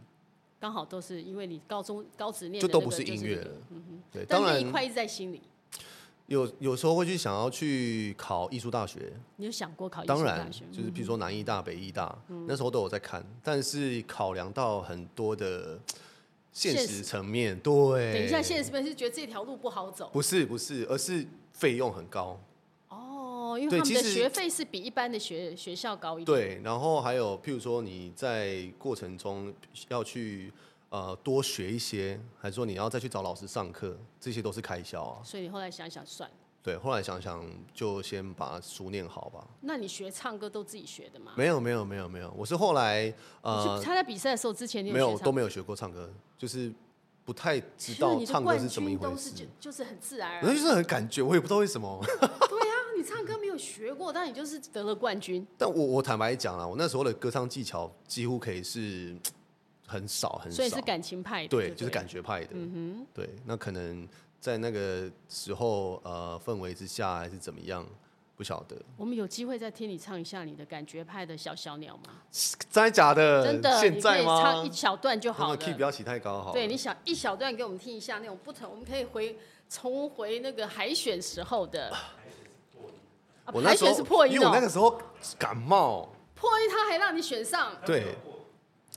Speaker 2: 刚好都是因为你高中高职念
Speaker 1: 就
Speaker 2: 的
Speaker 1: 都
Speaker 2: 那
Speaker 1: 不
Speaker 2: 个
Speaker 1: 是音乐
Speaker 2: 那个
Speaker 1: 了，对，
Speaker 2: 但
Speaker 1: 当
Speaker 2: 那
Speaker 1: 然
Speaker 2: 一块一直在心里。
Speaker 1: 有有时候会去想要去考艺术大学，
Speaker 2: 你有想过考艺
Speaker 1: 当
Speaker 2: 术
Speaker 1: 然
Speaker 2: 大学吗？嗯
Speaker 1: 就是比如说南艺大、北艺大，那时候都有在看，但是考量到很多的现
Speaker 2: 现
Speaker 1: 实
Speaker 2: 实
Speaker 1: 层面，对。
Speaker 2: 等一下，现在是不是觉得这条路不好走？
Speaker 1: 不是不是，而是费用很高，
Speaker 2: 哦，因为
Speaker 1: 对
Speaker 2: 他们的
Speaker 1: 其实
Speaker 2: 学费是比一般的学学校高一点。
Speaker 1: 对，然后还有，譬如说你在过程中要去呃多学一些，还是说你要再去找老师上课，这些都是开销啊。
Speaker 2: 所以你后来想想算了，
Speaker 1: 对，后来想想就先把书念好吧。
Speaker 2: 那你学唱歌都自己学的吗？
Speaker 1: 没有没有没有没有，我是后来
Speaker 2: 你
Speaker 1: 呃
Speaker 2: 是参加比赛的时候之前你
Speaker 1: 没有
Speaker 2: 有学
Speaker 1: 都
Speaker 2: 唱
Speaker 1: 没有学过唱歌，就是不太知
Speaker 2: 其实
Speaker 1: 道
Speaker 2: 你的
Speaker 1: 唱歌
Speaker 2: 冠
Speaker 1: 是怎么一
Speaker 2: 军
Speaker 1: 回
Speaker 2: 都
Speaker 1: 事嗯
Speaker 2: 是。就就是很自然而
Speaker 1: 那就
Speaker 2: 然。
Speaker 1: 是很感觉，我也不知道为什么。 <laughs>
Speaker 2: 对啊，你唱歌没有学过，但你就是得了冠军。
Speaker 1: 但我我坦白讲啦，我那时候的歌唱技巧几乎可以是很少很少，
Speaker 2: 所以是感情派的，
Speaker 1: 对，
Speaker 2: 不
Speaker 1: 就是感觉派的。
Speaker 2: 嗯
Speaker 1: 对，那可能在那个时候呃氛围之下还是怎么样，不晓得
Speaker 2: 哼。，我们有机会再听你唱一下你的感觉派的小小鸟吗？
Speaker 1: 真的假的？
Speaker 2: 真的，
Speaker 1: 呃现在
Speaker 2: 你可以
Speaker 1: 吗
Speaker 2: 唱一？小段就
Speaker 1: 那
Speaker 2: 好
Speaker 1: 么
Speaker 2: 了。
Speaker 1: key 不要起太高好了。
Speaker 2: 对你想一小段给我们听一下那种不同，我们可以回重回那个海选时
Speaker 1: <laughs>
Speaker 2: 候的。啊
Speaker 1: 我那
Speaker 2: 海
Speaker 1: 时候
Speaker 2: 选是破音
Speaker 1: 因
Speaker 2: 哦，
Speaker 1: 为我那个时候感冒。
Speaker 2: 破音他还让你选上。
Speaker 1: 对，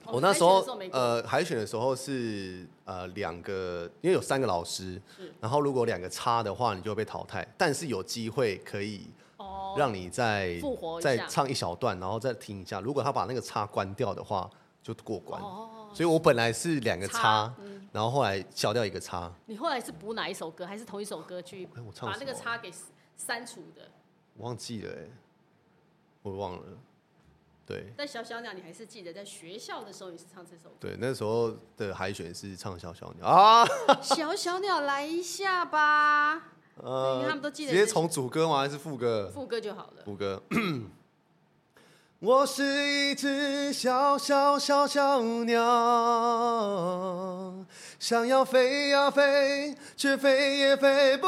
Speaker 2: 哦
Speaker 1: 我那时候
Speaker 2: 海选的没过
Speaker 1: 呃海选的时候是呃两个，因为有三个老师，然后如果两个差的话，你就会被淘汰，但是有机会可以。
Speaker 2: 哦，
Speaker 1: 让你再
Speaker 2: 复活一
Speaker 1: 再
Speaker 2: 下
Speaker 1: 唱一小段，然后再听一下。如果他把那个叉关掉的话，就过关。
Speaker 2: 哦嗯
Speaker 1: 所以我本来是两个叉
Speaker 2: 叉，
Speaker 1: 然后后来消掉一个叉。
Speaker 2: 你后来是补哪一首歌，还是同一首歌去
Speaker 1: 哎我唱
Speaker 2: 把
Speaker 1: 什
Speaker 2: 那个
Speaker 1: 么
Speaker 2: 叉给删除的？
Speaker 1: 我忘记了、欸，我忘了。对
Speaker 2: 但小小鸟，你还是记得在学校的时候你是唱这首歌。
Speaker 1: 对，那时候的海选是唱《小小鸟》啊， <laughs>
Speaker 2: 小小鸟来一下吧，因
Speaker 1: 呃
Speaker 2: 为他们都记得
Speaker 1: 直接从主歌吗？还是副歌？
Speaker 2: 副歌就好了。
Speaker 1: 胡歌。我是一只小小小小鸟，想要飞呀飞，却飞也飞不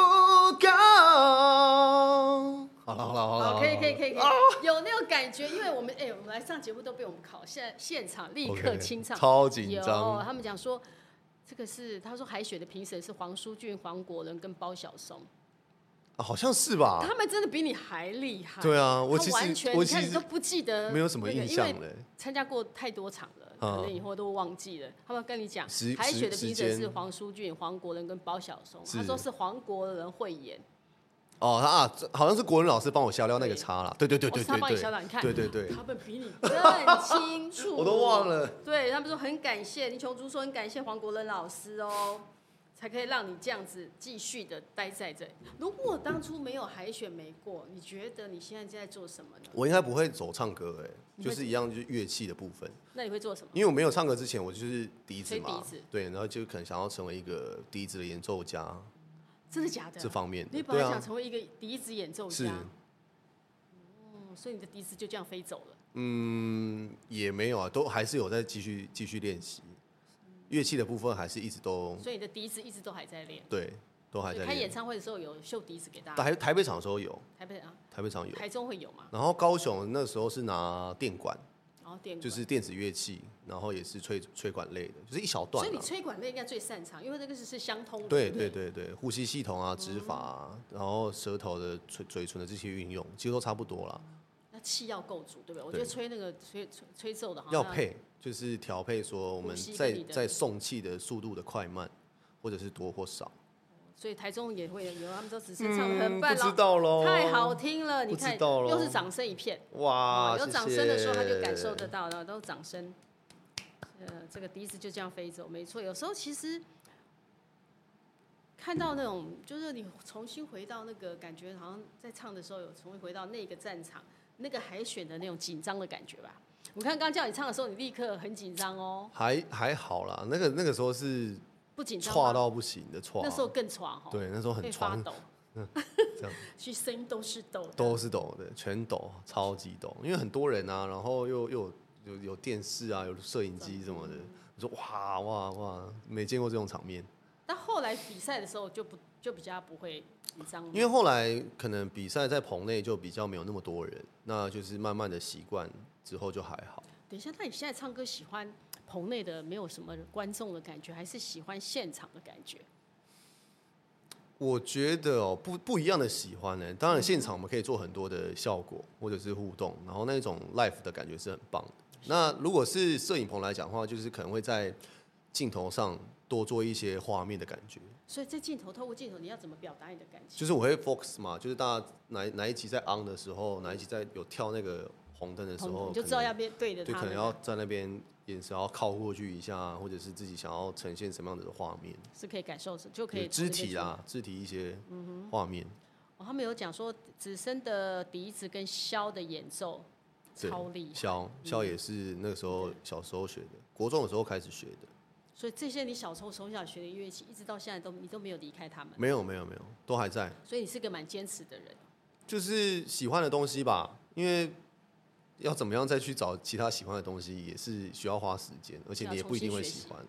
Speaker 1: 高。好了好了好了，
Speaker 2: 哦好，可以可以
Speaker 1: 以。
Speaker 2: 可以可以，有那种感觉，因为我们哎、我们来上节目都被我们考，现现场立刻
Speaker 1: OK，
Speaker 2: 清唱
Speaker 1: 超紧张
Speaker 2: 有，他们讲说这个是他说海选的评审是黄舒俊、黄国伦跟包小松，
Speaker 1: 啊好像是吧？
Speaker 2: 他们真的比你还厉害。
Speaker 1: 对啊我
Speaker 2: 他
Speaker 1: 其实
Speaker 2: 完全
Speaker 1: 我
Speaker 2: 你
Speaker 1: 其
Speaker 2: 看
Speaker 1: 实
Speaker 2: 你都不记得
Speaker 1: 没有什么
Speaker 2: 那个
Speaker 1: 印象
Speaker 2: 因为
Speaker 1: 嘞
Speaker 2: 参加过太多场了，
Speaker 1: 嗯
Speaker 2: 可能以后都忘记了。他们跟你讲
Speaker 1: 时，
Speaker 2: 海选的
Speaker 1: 时
Speaker 2: 评
Speaker 1: 时
Speaker 2: 审
Speaker 1: 间
Speaker 2: 是黄舒俊、黄国伦跟包小松，
Speaker 1: 是
Speaker 2: 他说是黄国伦慧眼。
Speaker 1: 哦，他啊，这好像是国文老师帮我消掉那个叉啦。对对对
Speaker 2: 哦
Speaker 1: 对
Speaker 2: 是他
Speaker 1: 对
Speaker 2: 帮你消掉，
Speaker 1: 对，
Speaker 2: 你看，
Speaker 1: 对对对
Speaker 2: 他们比你更清楚，
Speaker 1: 我都忘了。
Speaker 2: 对他们说很感谢林琼珠，说很感谢黄国伦老师哦，才可以让你这样子继续的待在这里。如果当初没有海选没过，你觉得你现在在做什么呢？
Speaker 1: 我应该不会走唱歌哎、
Speaker 2: 你
Speaker 1: 就
Speaker 2: 会
Speaker 1: 是一样就是乐器的部分。
Speaker 2: 那你会做什么？
Speaker 1: 因为我没有唱歌之前，我就是笛子嘛，
Speaker 2: 吹笛子
Speaker 1: 对，然后就可能想要成为一个笛子的演奏家
Speaker 2: 真的假的
Speaker 1: 这？方面的，
Speaker 2: 你本
Speaker 1: 对
Speaker 2: 来想
Speaker 1: 啊，
Speaker 2: 成为一个笛子演奏
Speaker 1: 是
Speaker 2: 家，，嗯所以你的笛子就这样飞走了。
Speaker 1: 嗯，也没有啊，都还是有在继续继续练习，乐器的部分还是一直都
Speaker 2: 所以你的笛子一直都还在练。
Speaker 1: 对，都还在
Speaker 2: 开演
Speaker 1: 练。
Speaker 2: 唱会的时候有秀笛子给大家，
Speaker 1: 台台北场的时候有，
Speaker 2: 台北啊，
Speaker 1: 台北场有，
Speaker 2: 台中会有吗？
Speaker 1: 然后高雄那时候是拿电管，
Speaker 2: 然后电
Speaker 1: 就是电子乐器，然后也是吹吹管类的，就是一小段、
Speaker 2: 所以
Speaker 1: 啊。
Speaker 2: 你吹嗯管类应该最擅长，因为那个是是相通的。
Speaker 1: 对
Speaker 2: 不
Speaker 1: 对，对对，呼吸系统啊、指法啊，然后舌头的嘴嘴唇的这些运用，其实都差不多啦。
Speaker 2: 那气要够足，对不对？我觉
Speaker 1: 对
Speaker 2: 得吹那个吹吹吹奏的，
Speaker 1: 要。配，就是调配说我们
Speaker 2: 哦呼吸
Speaker 1: 在
Speaker 2: 力的
Speaker 1: 在送气的速度的快慢，或者是多或少。
Speaker 2: 所以台中也会有，他们都只是唱得很棒，
Speaker 1: 嗯
Speaker 2: 哦
Speaker 1: 不知道喽，
Speaker 2: 太好听了。你
Speaker 1: 不知
Speaker 2: 看，
Speaker 1: 道咯
Speaker 2: 又是掌声一片。
Speaker 1: 哇！
Speaker 2: 哦有
Speaker 1: 啊谢
Speaker 2: 掌声的时候，他就
Speaker 1: 谢
Speaker 2: 感受得。到，然后都是掌声。呃，这个笛子就这样飞走，没错。有时候其实看到那种，就是你重新回到那个感觉，好像在唱的时候有重新回到那个战场、那个海选的那种紧张的感觉吧。我看刚刚叫你唱的时候，你立刻很紧张哦，
Speaker 1: 还还好啦，那个那个时候是
Speaker 2: 不紧张
Speaker 1: 差
Speaker 2: 吗？
Speaker 1: 到不行的差，
Speaker 2: 那时候更闯哦，
Speaker 1: 对那时候很
Speaker 2: 会发
Speaker 1: 床
Speaker 2: 抖， <laughs>
Speaker 1: 这样
Speaker 2: 其实声音都是抖的，
Speaker 1: 都是抖的，全抖，超级抖，因为很多人啊，然后又又有有有电视啊，有摄影机什么的，我说哇哇哇，没见过这种场面。
Speaker 2: 但后来比赛的时候就不就比较不会紧张了，
Speaker 1: 因为后来可能比赛在棚内就比较没有那么多人，那就是慢慢的习惯之后就还好。
Speaker 2: 等一下，那你现在唱歌喜欢棚内的没有什么观众的感觉，还是喜欢现场的感觉？
Speaker 1: 我觉得哦，不不一样的喜欢呢、当然，现场我们可以做很多的效果或者是互动，然后那种 l i f e 的感觉是很棒的。那如果是摄影棚来讲的话，就是可能会在镜头上多做一些画面的感觉，
Speaker 2: 所以在镜头透过镜头，你要怎么表达你的感情？
Speaker 1: 就是我会 focus 嘛，就是大家哪哪一集在 on 的时候，哪一集在有跳那个红灯的时候，
Speaker 2: 你就知道要面对着
Speaker 1: 对，
Speaker 2: 他
Speaker 1: 可
Speaker 2: 们
Speaker 1: 能要在那边眼神要靠过去一下，啊或者是自己想要呈现什么样的画面，
Speaker 2: 是可以感受，就可以
Speaker 1: 对肢体
Speaker 2: 啊。
Speaker 1: 啦，肢体一些
Speaker 2: 嗯
Speaker 1: 画面，
Speaker 2: 哦，他们有讲说，子生的笛子跟箫的演奏
Speaker 1: 对
Speaker 2: 超厉害，
Speaker 1: 箫箫也是那个时候小时候学的，国中的时候开始学的，
Speaker 2: 所以这些你小时候从小学的乐器，一直到现在都你都没有离开他们，
Speaker 1: 没有没有没有，都还在，
Speaker 2: 所以你是个蛮坚持的人。
Speaker 1: 就是喜欢的东西吧，因为。要怎么样再去找其他喜欢的东西，也是需要花时间，而且
Speaker 2: 要
Speaker 1: 你也
Speaker 2: 重
Speaker 1: 不一
Speaker 2: 新
Speaker 1: 定会
Speaker 2: 学
Speaker 1: 喜
Speaker 2: 习
Speaker 1: 欢。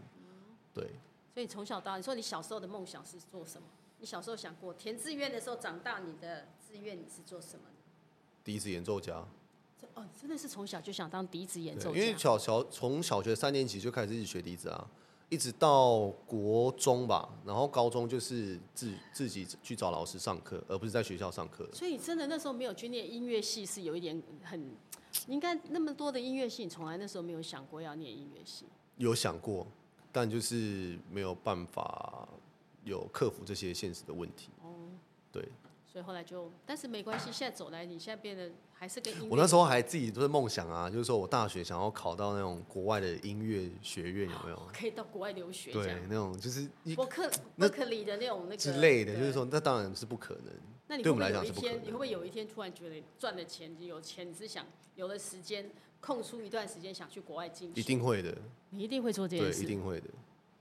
Speaker 1: 对，
Speaker 2: 所以从小到大，你说你小时候的梦想是做什么？你小时候想过填志愿的时候，长大你的志愿你是做什么？
Speaker 1: 第一次演奏家，
Speaker 2: 这哦，你真的是从小就想当笛子演
Speaker 1: 对
Speaker 2: 奏
Speaker 1: 因为
Speaker 2: 家，
Speaker 1: 小小从小学三年级就开始一直学笛子啊，一直到国中吧，然后高中就是自自己去找老师上课，而不是在学校上课。
Speaker 2: 所以真的那时候没有去念音乐系是有一点很，你应该那么多的音乐系，你从来那时候没有想过要念音乐系。
Speaker 1: 有想过，但就是没有办法有克服这些现实的问题。对
Speaker 2: 哦所以后来就，但是没关系，现在走来，你现在变得还是跟音乐。
Speaker 1: 我那时候还自己就是梦想啊，就是说我大学想要考到那种国外的音乐学院，有没有？
Speaker 2: 可以到国外留学这
Speaker 1: 对
Speaker 2: 样，，
Speaker 1: 那种就是一
Speaker 2: 伯克伯
Speaker 1: 那
Speaker 2: 克利的那种那个
Speaker 1: 之类的，
Speaker 2: 对
Speaker 1: 就是说那当然是不可能。
Speaker 2: 那你
Speaker 1: 对我
Speaker 2: 会不
Speaker 1: 们
Speaker 2: 会
Speaker 1: 来
Speaker 2: 有
Speaker 1: 讲
Speaker 2: 一
Speaker 1: 是不可
Speaker 2: 天，
Speaker 1: 能
Speaker 2: 你会不会有一天突然觉得赚了钱，你有钱，你是想有了时间，空出一段时间想去国外进修？
Speaker 1: 一，定会的。
Speaker 2: 你一定会做这
Speaker 1: 对，
Speaker 2: 件
Speaker 1: 一
Speaker 2: 事。
Speaker 1: 定会的。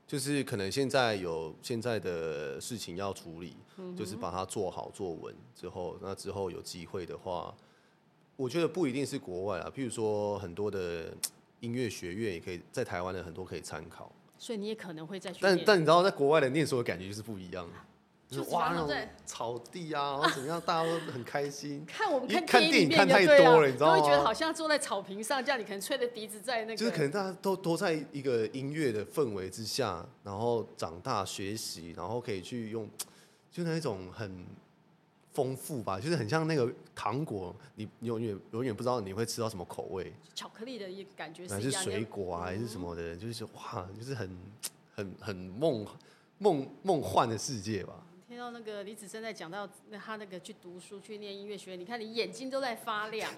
Speaker 1: 就是可能现在有现在的事情要处理，
Speaker 2: 嗯
Speaker 1: 就是把它做好做稳之后，那之后有机会的话，我觉得不一定是国外啊，譬如说很多的音乐学院也可以在台湾的很多可以参考，
Speaker 2: 所以你也可能会再去
Speaker 1: 但
Speaker 2: 念。
Speaker 1: 但你知道在国外的念书的感觉就是不一样，
Speaker 2: 就是
Speaker 1: 哇
Speaker 2: 是
Speaker 1: 那种
Speaker 2: 在，
Speaker 1: 草地啊，然后怎么样，大家都很开心
Speaker 2: 看我们
Speaker 1: 因为
Speaker 2: 看
Speaker 1: 看
Speaker 2: 影
Speaker 1: 电影看
Speaker 2: 片
Speaker 1: 太
Speaker 2: 就对啊
Speaker 1: 多了你知道
Speaker 2: 都会觉得
Speaker 1: 吗
Speaker 2: 好像坐在草坪上，这样你可能吹着笛子在那个，
Speaker 1: 就是可能大家都都在一个音乐的氛围之下，然后长大学习，然后可以去用，就那一种很丰富吧，就是很像那个糖果，你你永远永远不知道你会吃到什么口味，
Speaker 2: 巧克力的一个感觉
Speaker 1: 还
Speaker 2: 是
Speaker 1: 是
Speaker 2: 一样嗯的。
Speaker 1: 水果啊，还是什么的，就是哇，就是很很很梦梦梦幻的世界吧。
Speaker 2: 听到那个李子珍在讲到那他那个去读书去念音乐学院，你看你眼睛都在发
Speaker 1: <laughs>
Speaker 2: 亮，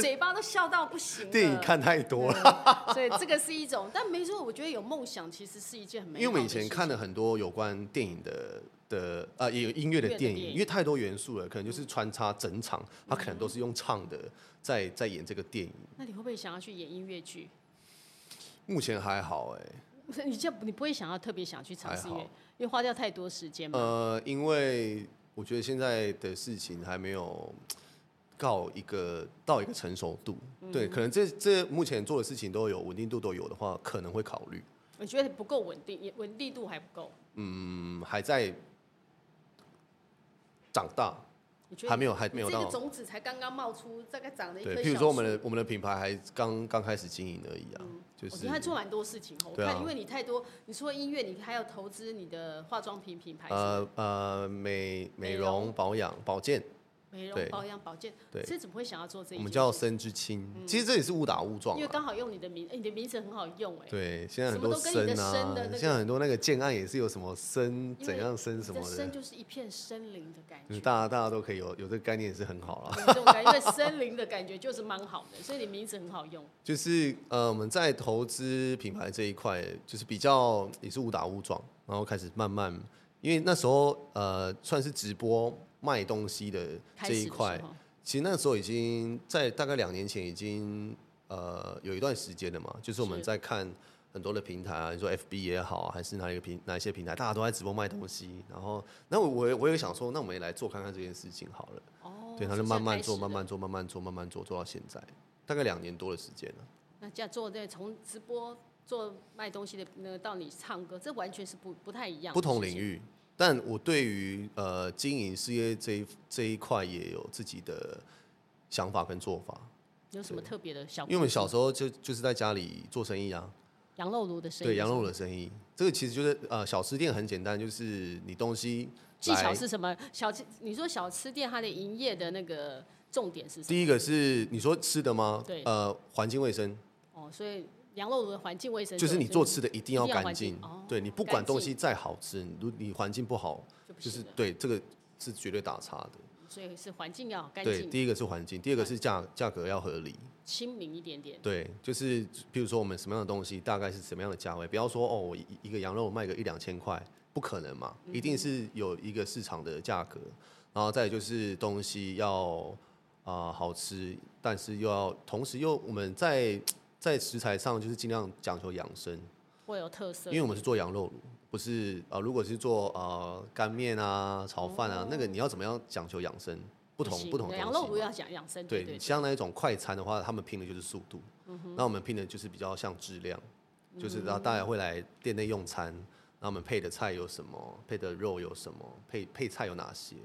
Speaker 2: 嘴巴都笑到不行了。
Speaker 1: 电影看太多了，
Speaker 2: 对， <laughs> 所以这个是一种，但没错，我觉得有梦想其实是一件很美
Speaker 1: 因
Speaker 2: 好的
Speaker 1: 为我们以前
Speaker 2: 事
Speaker 1: 看
Speaker 2: 情
Speaker 1: 了很多有关电影的的呃，也有音乐的
Speaker 2: 音乐的
Speaker 1: 电影，
Speaker 2: 电影
Speaker 1: 因为太多元素了，可能就是穿插整场，它可能都是用唱的在在演这个电影。
Speaker 2: 那你会不会想要去演音乐剧？ <laughs>
Speaker 1: 目前还好哎、
Speaker 2: 你这你不会想要特别想去尝试音乐，
Speaker 1: 还
Speaker 2: 因
Speaker 1: 好
Speaker 2: 为花掉太多时间嘛。
Speaker 1: 呃，因为我觉得现在的事情还没有到一个到一个成熟度，
Speaker 2: 嗯
Speaker 1: 对，可能这这目前做的事情都有稳定度都有的话，可能会考虑，
Speaker 2: 我觉得不够稳定，也稳定度还不够。
Speaker 1: 嗯，还在长大，
Speaker 2: 我觉得
Speaker 1: 还没有还
Speaker 2: 你
Speaker 1: 没有
Speaker 2: 这
Speaker 1: 到
Speaker 2: 个种子才刚刚冒出，大概长了一棵
Speaker 1: 对，
Speaker 2: 小
Speaker 1: 譬如说我
Speaker 2: 树
Speaker 1: 们的我们的品牌还刚刚开始经营而已啊，就
Speaker 2: 嗯我
Speaker 1: 是
Speaker 2: 觉得他做蛮多事情哦，我
Speaker 1: 对啊
Speaker 2: 看因为你太多，你除了音乐，你还有投资你的化妆品品牌是吗、
Speaker 1: 呃呃美
Speaker 2: 美
Speaker 1: 美
Speaker 2: 容
Speaker 1: 容保养保健，
Speaker 2: 美容
Speaker 1: 对
Speaker 2: 保养保健，
Speaker 1: 对
Speaker 2: 这怎么会想要做这一
Speaker 1: 我们
Speaker 2: 件
Speaker 1: 叫
Speaker 2: 事
Speaker 1: 生之青，其实这也是误打误撞
Speaker 2: 嗯因为
Speaker 1: 啊。
Speaker 2: 刚好用你的名，哎，你的名字很好用哎，
Speaker 1: 对，现在
Speaker 2: 什
Speaker 1: 很
Speaker 2: 么
Speaker 1: 多
Speaker 2: 都跟你的
Speaker 1: 啊，
Speaker 2: 生的那个
Speaker 1: 现在很多那个建案也是有什么生
Speaker 2: 因为
Speaker 1: 怎样生什
Speaker 2: 你
Speaker 1: 么
Speaker 2: 的
Speaker 1: 的
Speaker 2: 森，就是一片森林的感
Speaker 1: 就是
Speaker 2: 觉。
Speaker 1: 大家大家都可以有有这个概念是很好啦。 <laughs>
Speaker 2: 有这种感觉，因为森林的感觉就是蛮好的，所以你名字很好用。
Speaker 1: 就是呃我们在投资品牌这一块，就是比较也是误打误撞，然后开始慢慢，因为那时候呃算是直播卖东西的
Speaker 2: 开
Speaker 1: 这
Speaker 2: 始
Speaker 1: 一
Speaker 2: 的
Speaker 1: 块
Speaker 2: 时，候
Speaker 1: 其实那时候已经在大概两年前已经呃有一段时间了嘛，就是我们
Speaker 2: 是
Speaker 1: 在看很多的平台啊，你说 FB 也好，还是哪一个平哪一些平台，大家都在直播卖东西，然后那我我也我也想说，那我们也来做看看这件事情好了，
Speaker 2: 哦，
Speaker 1: 对，他
Speaker 2: 是
Speaker 1: 就
Speaker 2: 这
Speaker 1: 慢
Speaker 2: 样
Speaker 1: 慢
Speaker 2: 开
Speaker 1: 做，
Speaker 2: 始
Speaker 1: 慢
Speaker 2: 的。
Speaker 1: 慢做，慢慢做，慢慢做，做到现在大概两年多的时间啊了。
Speaker 2: 那这样做对，从直播做卖东西的那个到你唱歌，这完全是不不太一样，
Speaker 1: 不同领。域，但我对于呃经营事业这一这一块也有自己的想法跟做法，
Speaker 2: 有什么特别的小？
Speaker 1: 因为我们小时候就就是在家里做生意啊，
Speaker 2: 羊肉炉的生意，
Speaker 1: 对羊肉的生意，这个其实就是呃小吃店很简单，就是你东西
Speaker 2: 技巧
Speaker 1: 来
Speaker 2: 是什么？小吃，你说小吃店它的营业的那个重点是什么？
Speaker 1: 第一个是你说吃的吗？
Speaker 2: 对
Speaker 1: 呃，环境卫生，
Speaker 2: 哦，所以羊肉炉的环境卫生
Speaker 1: 就是你做吃的一定要
Speaker 2: 一定要
Speaker 1: 干净
Speaker 2: 环境哦。
Speaker 1: 对你不
Speaker 2: 干
Speaker 1: 管东
Speaker 2: 净
Speaker 1: 西再好吃，你如你环境不好，
Speaker 2: 就不
Speaker 1: 就
Speaker 2: 行
Speaker 1: 是
Speaker 2: 了
Speaker 1: 对这个是绝对打叉的。
Speaker 2: 所以是环境要干
Speaker 1: 对，
Speaker 2: 净、
Speaker 1: 第一个是环境，第二个是价价格要合理。
Speaker 2: 亲民一点点。
Speaker 1: 对，就是比如说我们什么样的东西，大概是什么样的价位，不要说哦，我一一个羊肉卖个一两千块，不可能嘛，
Speaker 2: 嗯
Speaker 1: 一定是有一个市场的价格，然后再就是东西要啊、呃好吃，但是又要同时又我们在在食材上就是尽量讲求养生，
Speaker 2: 会有特色
Speaker 1: 因，为我们是做羊肉炉，不是呃，如果是做呃干面啊、炒饭啊，那个你要怎么样讲求养生，不同
Speaker 2: 哦行
Speaker 1: 不同的
Speaker 2: 羊
Speaker 1: 东
Speaker 2: 肉
Speaker 1: 西
Speaker 2: 炉
Speaker 1: 嘛
Speaker 2: 要讲养生，对嗯
Speaker 1: 对，
Speaker 2: 对，
Speaker 1: 像那一种快餐的话，他们拼的就是速度，那我们拼的就是比较像质量，
Speaker 2: 嗯
Speaker 1: 就是然后大家会来店内用餐，那我们配的菜有什么，配的肉有什么，配配菜有哪些，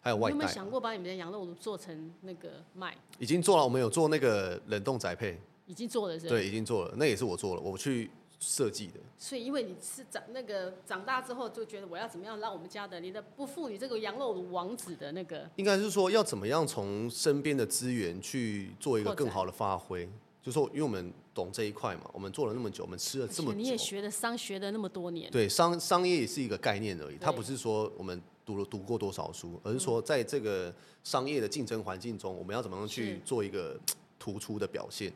Speaker 1: 还有
Speaker 2: 你
Speaker 1: 外
Speaker 2: 有没
Speaker 1: 带
Speaker 2: 有
Speaker 1: 啊，
Speaker 2: 想过把你们的羊肉炉做成那个卖？
Speaker 1: 已经做了，我们有做那个冷冻宅配，
Speaker 2: 已经做了是吧？
Speaker 1: 对，已经做了，那也是我做了，我去设计的，
Speaker 2: 所以因为你是长那个长大之后就觉得我要怎么样让我们家的你的不负你这个羊肉炉王子的那个
Speaker 1: 应该是说要怎么样从身边的资源去做一个
Speaker 2: 拓展
Speaker 1: 更好的发挥，就说因为我们懂这一块嘛，我们做了那么久，我们吃了这么
Speaker 2: 而且
Speaker 1: 久，
Speaker 2: 你也学了商学了那么多年，
Speaker 1: 对，商商业也是一个概念而已，它
Speaker 2: 对嗯
Speaker 1: 不是说我们读了读过多少书，而是说在这个商业的竞争环境中，我们要怎么样去
Speaker 2: 是
Speaker 1: 做一个突出的表现，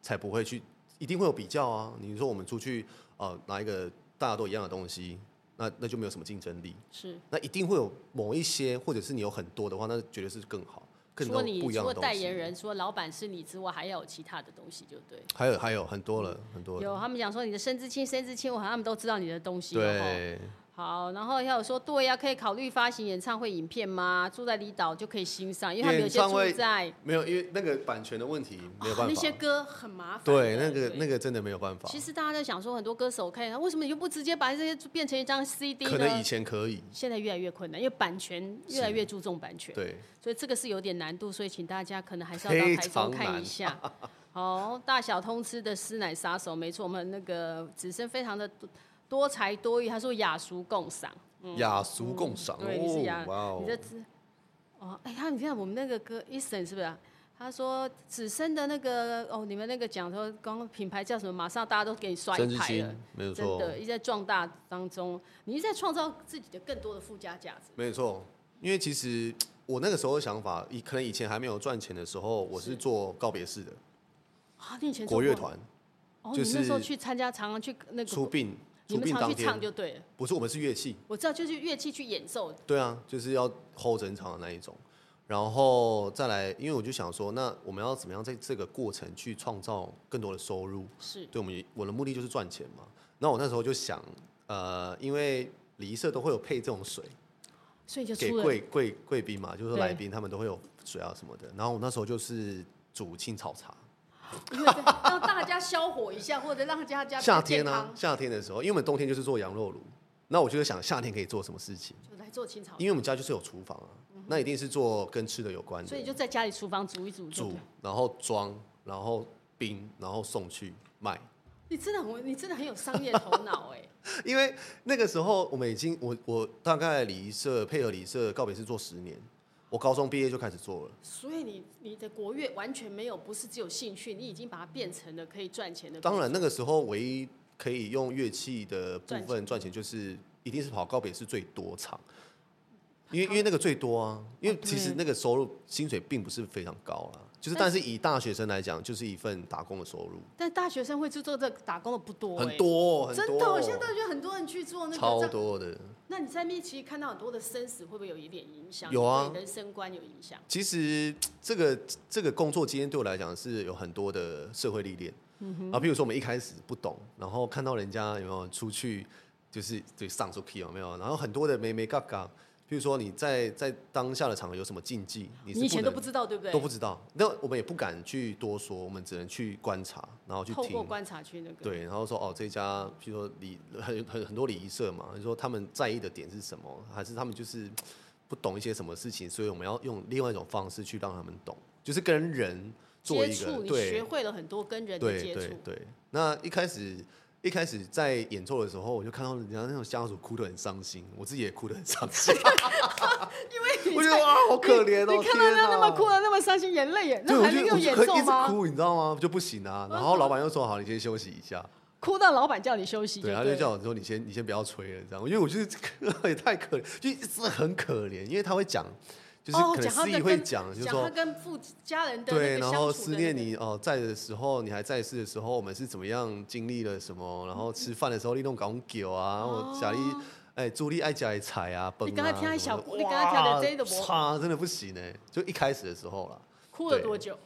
Speaker 1: 才不会去一定会有比较啊。你说我们出去呃拿一个大家都一样的东西，那那就没有什么竞争力，
Speaker 2: 是。
Speaker 1: 那一定会有某一些，或者是你有很多的话，那绝对是更好，更
Speaker 2: 除
Speaker 1: 多
Speaker 2: 了你，
Speaker 1: 不一样
Speaker 2: 除
Speaker 1: 的
Speaker 2: 了
Speaker 1: 东
Speaker 2: 代
Speaker 1: 西
Speaker 2: 言。人，除了老板是你之外，还要有其他的东西，就对。
Speaker 1: 还有还有很多了，很多了。
Speaker 2: 有他们讲说你的生之亲，生之亲，我好像他们都知道你的东西了吼。
Speaker 1: 对，
Speaker 2: 好，然后还有说，对呀、可以考虑发行演唱会影片吗？住在离岛就可以欣赏，因为他们有些
Speaker 1: 演唱会
Speaker 2: 住在
Speaker 1: 没有因为那个版权的问题没有
Speaker 2: 哇
Speaker 1: 办
Speaker 2: 那
Speaker 1: 法
Speaker 2: 些。歌很麻烦的。
Speaker 1: 对，那个那
Speaker 2: 个，
Speaker 1: 个真的没有办法。
Speaker 2: 其实大家在想说，很多歌手看，为什么你就不直接把这些变成一张 CD
Speaker 1: 可能以
Speaker 2: 呢？
Speaker 1: 前可以，
Speaker 2: 现在越来越困难，因为版权越来越注重版权，
Speaker 1: 对，
Speaker 2: 所以这个是有点难度，所以请大家可能还是要到台中
Speaker 1: 非常
Speaker 2: 看
Speaker 1: 难 <laughs>
Speaker 2: 一下。好，大小通吃的师奶杀手，没错，我们那个子生非常的多多才多艺，他说雅俗共赏。
Speaker 1: 雅俗共赏
Speaker 2: 嗯对，你是
Speaker 1: 哦
Speaker 2: 雅，
Speaker 1: 哇哦
Speaker 2: 你，这只哦，哎、他你看我们那个歌 Eason 是不是啊、他说子生的那个哦，你们那个讲说刚刚品牌叫什么，马上大家都给你刷
Speaker 1: 曾
Speaker 2: 一
Speaker 1: 志
Speaker 2: 排
Speaker 1: 清
Speaker 2: 了，
Speaker 1: 没有
Speaker 2: 真
Speaker 1: 错，
Speaker 2: 的，一直在壮大当中，你一直在创造自己的更多的附加价值。
Speaker 1: 没有错。因为其实我那个时候的想法，以可能以前还没有赚钱的时候，我是做告别式的
Speaker 2: 啊，你以前做
Speaker 1: 国乐
Speaker 2: 过，
Speaker 1: 团，
Speaker 2: 哦，
Speaker 1: 就
Speaker 2: 你那时候
Speaker 1: 是
Speaker 2: 去参加，常常去那
Speaker 1: 出
Speaker 2: 个，
Speaker 1: 殡
Speaker 2: 你
Speaker 1: 出
Speaker 2: 们
Speaker 1: 殡
Speaker 2: 常
Speaker 1: 当
Speaker 2: 去唱
Speaker 1: 天，
Speaker 2: 就对了。
Speaker 1: 不是我们是乐器，
Speaker 2: 我知道，就是乐器去演奏，
Speaker 1: 对啊，就是要 hold 整场的那一种。然后再来，因为我就想说，那我们要怎么样在这个过程去创造更多的收入？
Speaker 2: 是
Speaker 1: 对我们我的目的就是赚钱嘛。那我那时候就想，呃，因为礼仪社都会有配这种水，
Speaker 2: 所以就
Speaker 1: 给
Speaker 2: 出呃了
Speaker 1: 贵贵贵宾嘛，就是说
Speaker 2: 对
Speaker 1: 来宾他们都会有水啊什么的。然后我那时候就是煮青草茶，
Speaker 2: 因为让大家消火一下，或者让大家
Speaker 1: 夏天
Speaker 2: 呢、
Speaker 1: 啊，夏天的时候，因为我们冬天就是做羊肉炉，那我就在想夏天可以做什么事情，
Speaker 2: 就来做清朝，
Speaker 1: 因为我们家就是有厨房啊，那一定是做跟吃的有关的，
Speaker 2: 嗯所以就在家里厨房煮一煮就
Speaker 1: 煮
Speaker 2: 对。，
Speaker 1: 然后装，然后冰，然后送去卖。
Speaker 2: 你真的很，你真的很有商业头脑哎、 <laughs>
Speaker 1: 因为那个时候我们已经，我我大概礼仪社配合礼仪社告别式做十年，我高中毕业就开始做了。
Speaker 2: 所以你你的国乐完全没有，不是只有兴趣，你已经把它变成了可以赚钱的。
Speaker 1: 当，然，那个时候唯一可以用乐器的部
Speaker 2: 赚
Speaker 1: 分赚钱，就是一定是跑告别是最多场，因为因为那个最多啊，因为
Speaker 2: 哦对
Speaker 1: 其实那个收入薪水并不是非常高啦，就是但
Speaker 2: 但
Speaker 1: 是以大学生来讲，就是一份打工的收入，
Speaker 2: 但大学生会去做这个打工的不多、哎
Speaker 1: 很多哦很
Speaker 2: 真的，我
Speaker 1: 多，
Speaker 2: 现在大学很多人去做那个
Speaker 1: 超
Speaker 2: 这样。
Speaker 1: 多的。
Speaker 2: 那你在面其实看到很多的生死，会不会有一点影响？
Speaker 1: 有啊
Speaker 2: 对你人生观有影响。
Speaker 1: 其实这个这个工作经验对我来讲是有很多的社会历练，啊，譬如说我们一开始不懂，然后看到人家有没有出去，就是对上出 key 有没有，然后很多的没没嘎嘎，譬如说你在在当下的场合有什么禁忌，你是
Speaker 2: 你以前都
Speaker 1: 能
Speaker 2: 不知道，对欸不对？
Speaker 1: 都不知道，那我们也不敢去多说，我们只能去观察，然后去
Speaker 2: 透过
Speaker 1: 听。
Speaker 2: 观察去那个。
Speaker 1: 对，然后说哦，这家譬如说礼很很很多礼仪社嘛，你说他们在意的点是什么，还是他们就是不懂一些什么事情，所以我们要用另外一种方式去让他们懂，就是跟人做
Speaker 2: 接
Speaker 1: 一个
Speaker 2: 触，你学
Speaker 1: 对
Speaker 2: 会了很多跟人的
Speaker 1: 对
Speaker 2: 接
Speaker 1: 对
Speaker 2: 触。
Speaker 1: 对，那一开始一开始在演奏的时候，我就看到人家那种家属哭得很伤心，我自己也哭得很伤心，<laughs>
Speaker 2: 因为
Speaker 1: 我
Speaker 2: <laughs> 你
Speaker 1: 觉
Speaker 2: 在
Speaker 1: 得哇，好可怜哦！
Speaker 2: 你看到
Speaker 1: 天
Speaker 2: 他那
Speaker 1: 哪
Speaker 2: 么哭的那么伤心，眼泪眼，
Speaker 1: 对，
Speaker 2: 那
Speaker 1: 我
Speaker 2: 还
Speaker 1: 就
Speaker 2: 能
Speaker 1: 我
Speaker 2: 用
Speaker 1: 就
Speaker 2: 演
Speaker 1: 可
Speaker 2: 奏
Speaker 1: 以一直
Speaker 2: 吗？
Speaker 1: 哭，你知道吗？就不行啊。然后老板又说：“好，你先休息一下。
Speaker 2: 哭到老板叫你休”息
Speaker 1: 对，他
Speaker 2: 对
Speaker 1: 就
Speaker 2: 了
Speaker 1: 叫我说：“你先，你先不要吹了，这样。”因为我觉得 <laughs> 也太可怜，就一直很可怜，因为他会讲，就是
Speaker 2: 哦，
Speaker 1: 可能
Speaker 2: 讲他
Speaker 1: 司仪
Speaker 2: 跟
Speaker 1: 会
Speaker 2: 跟
Speaker 1: 讲，就是
Speaker 2: 他
Speaker 1: 说
Speaker 2: 跟父家人的
Speaker 1: 对，
Speaker 2: 那个
Speaker 1: 然
Speaker 2: 相
Speaker 1: 后
Speaker 2: 处
Speaker 1: 思
Speaker 2: 的
Speaker 1: 念
Speaker 2: 那个
Speaker 1: 你哦，在的时候，你还在世的时候，我们是怎么样经历了什么？然后
Speaker 2: 嗯
Speaker 1: 吃饭的时候，你弄搞酒啊，然后假力哎，朱莉爱家里菜啊，崩啊，
Speaker 2: 哦你刚才听的
Speaker 1: 什么
Speaker 2: 小
Speaker 1: 的
Speaker 2: 你刚才听的
Speaker 1: 哇
Speaker 2: 这都无
Speaker 1: 差真的不行哎，就一开始的时候啦，
Speaker 2: 哭了
Speaker 1: 对
Speaker 2: 多久？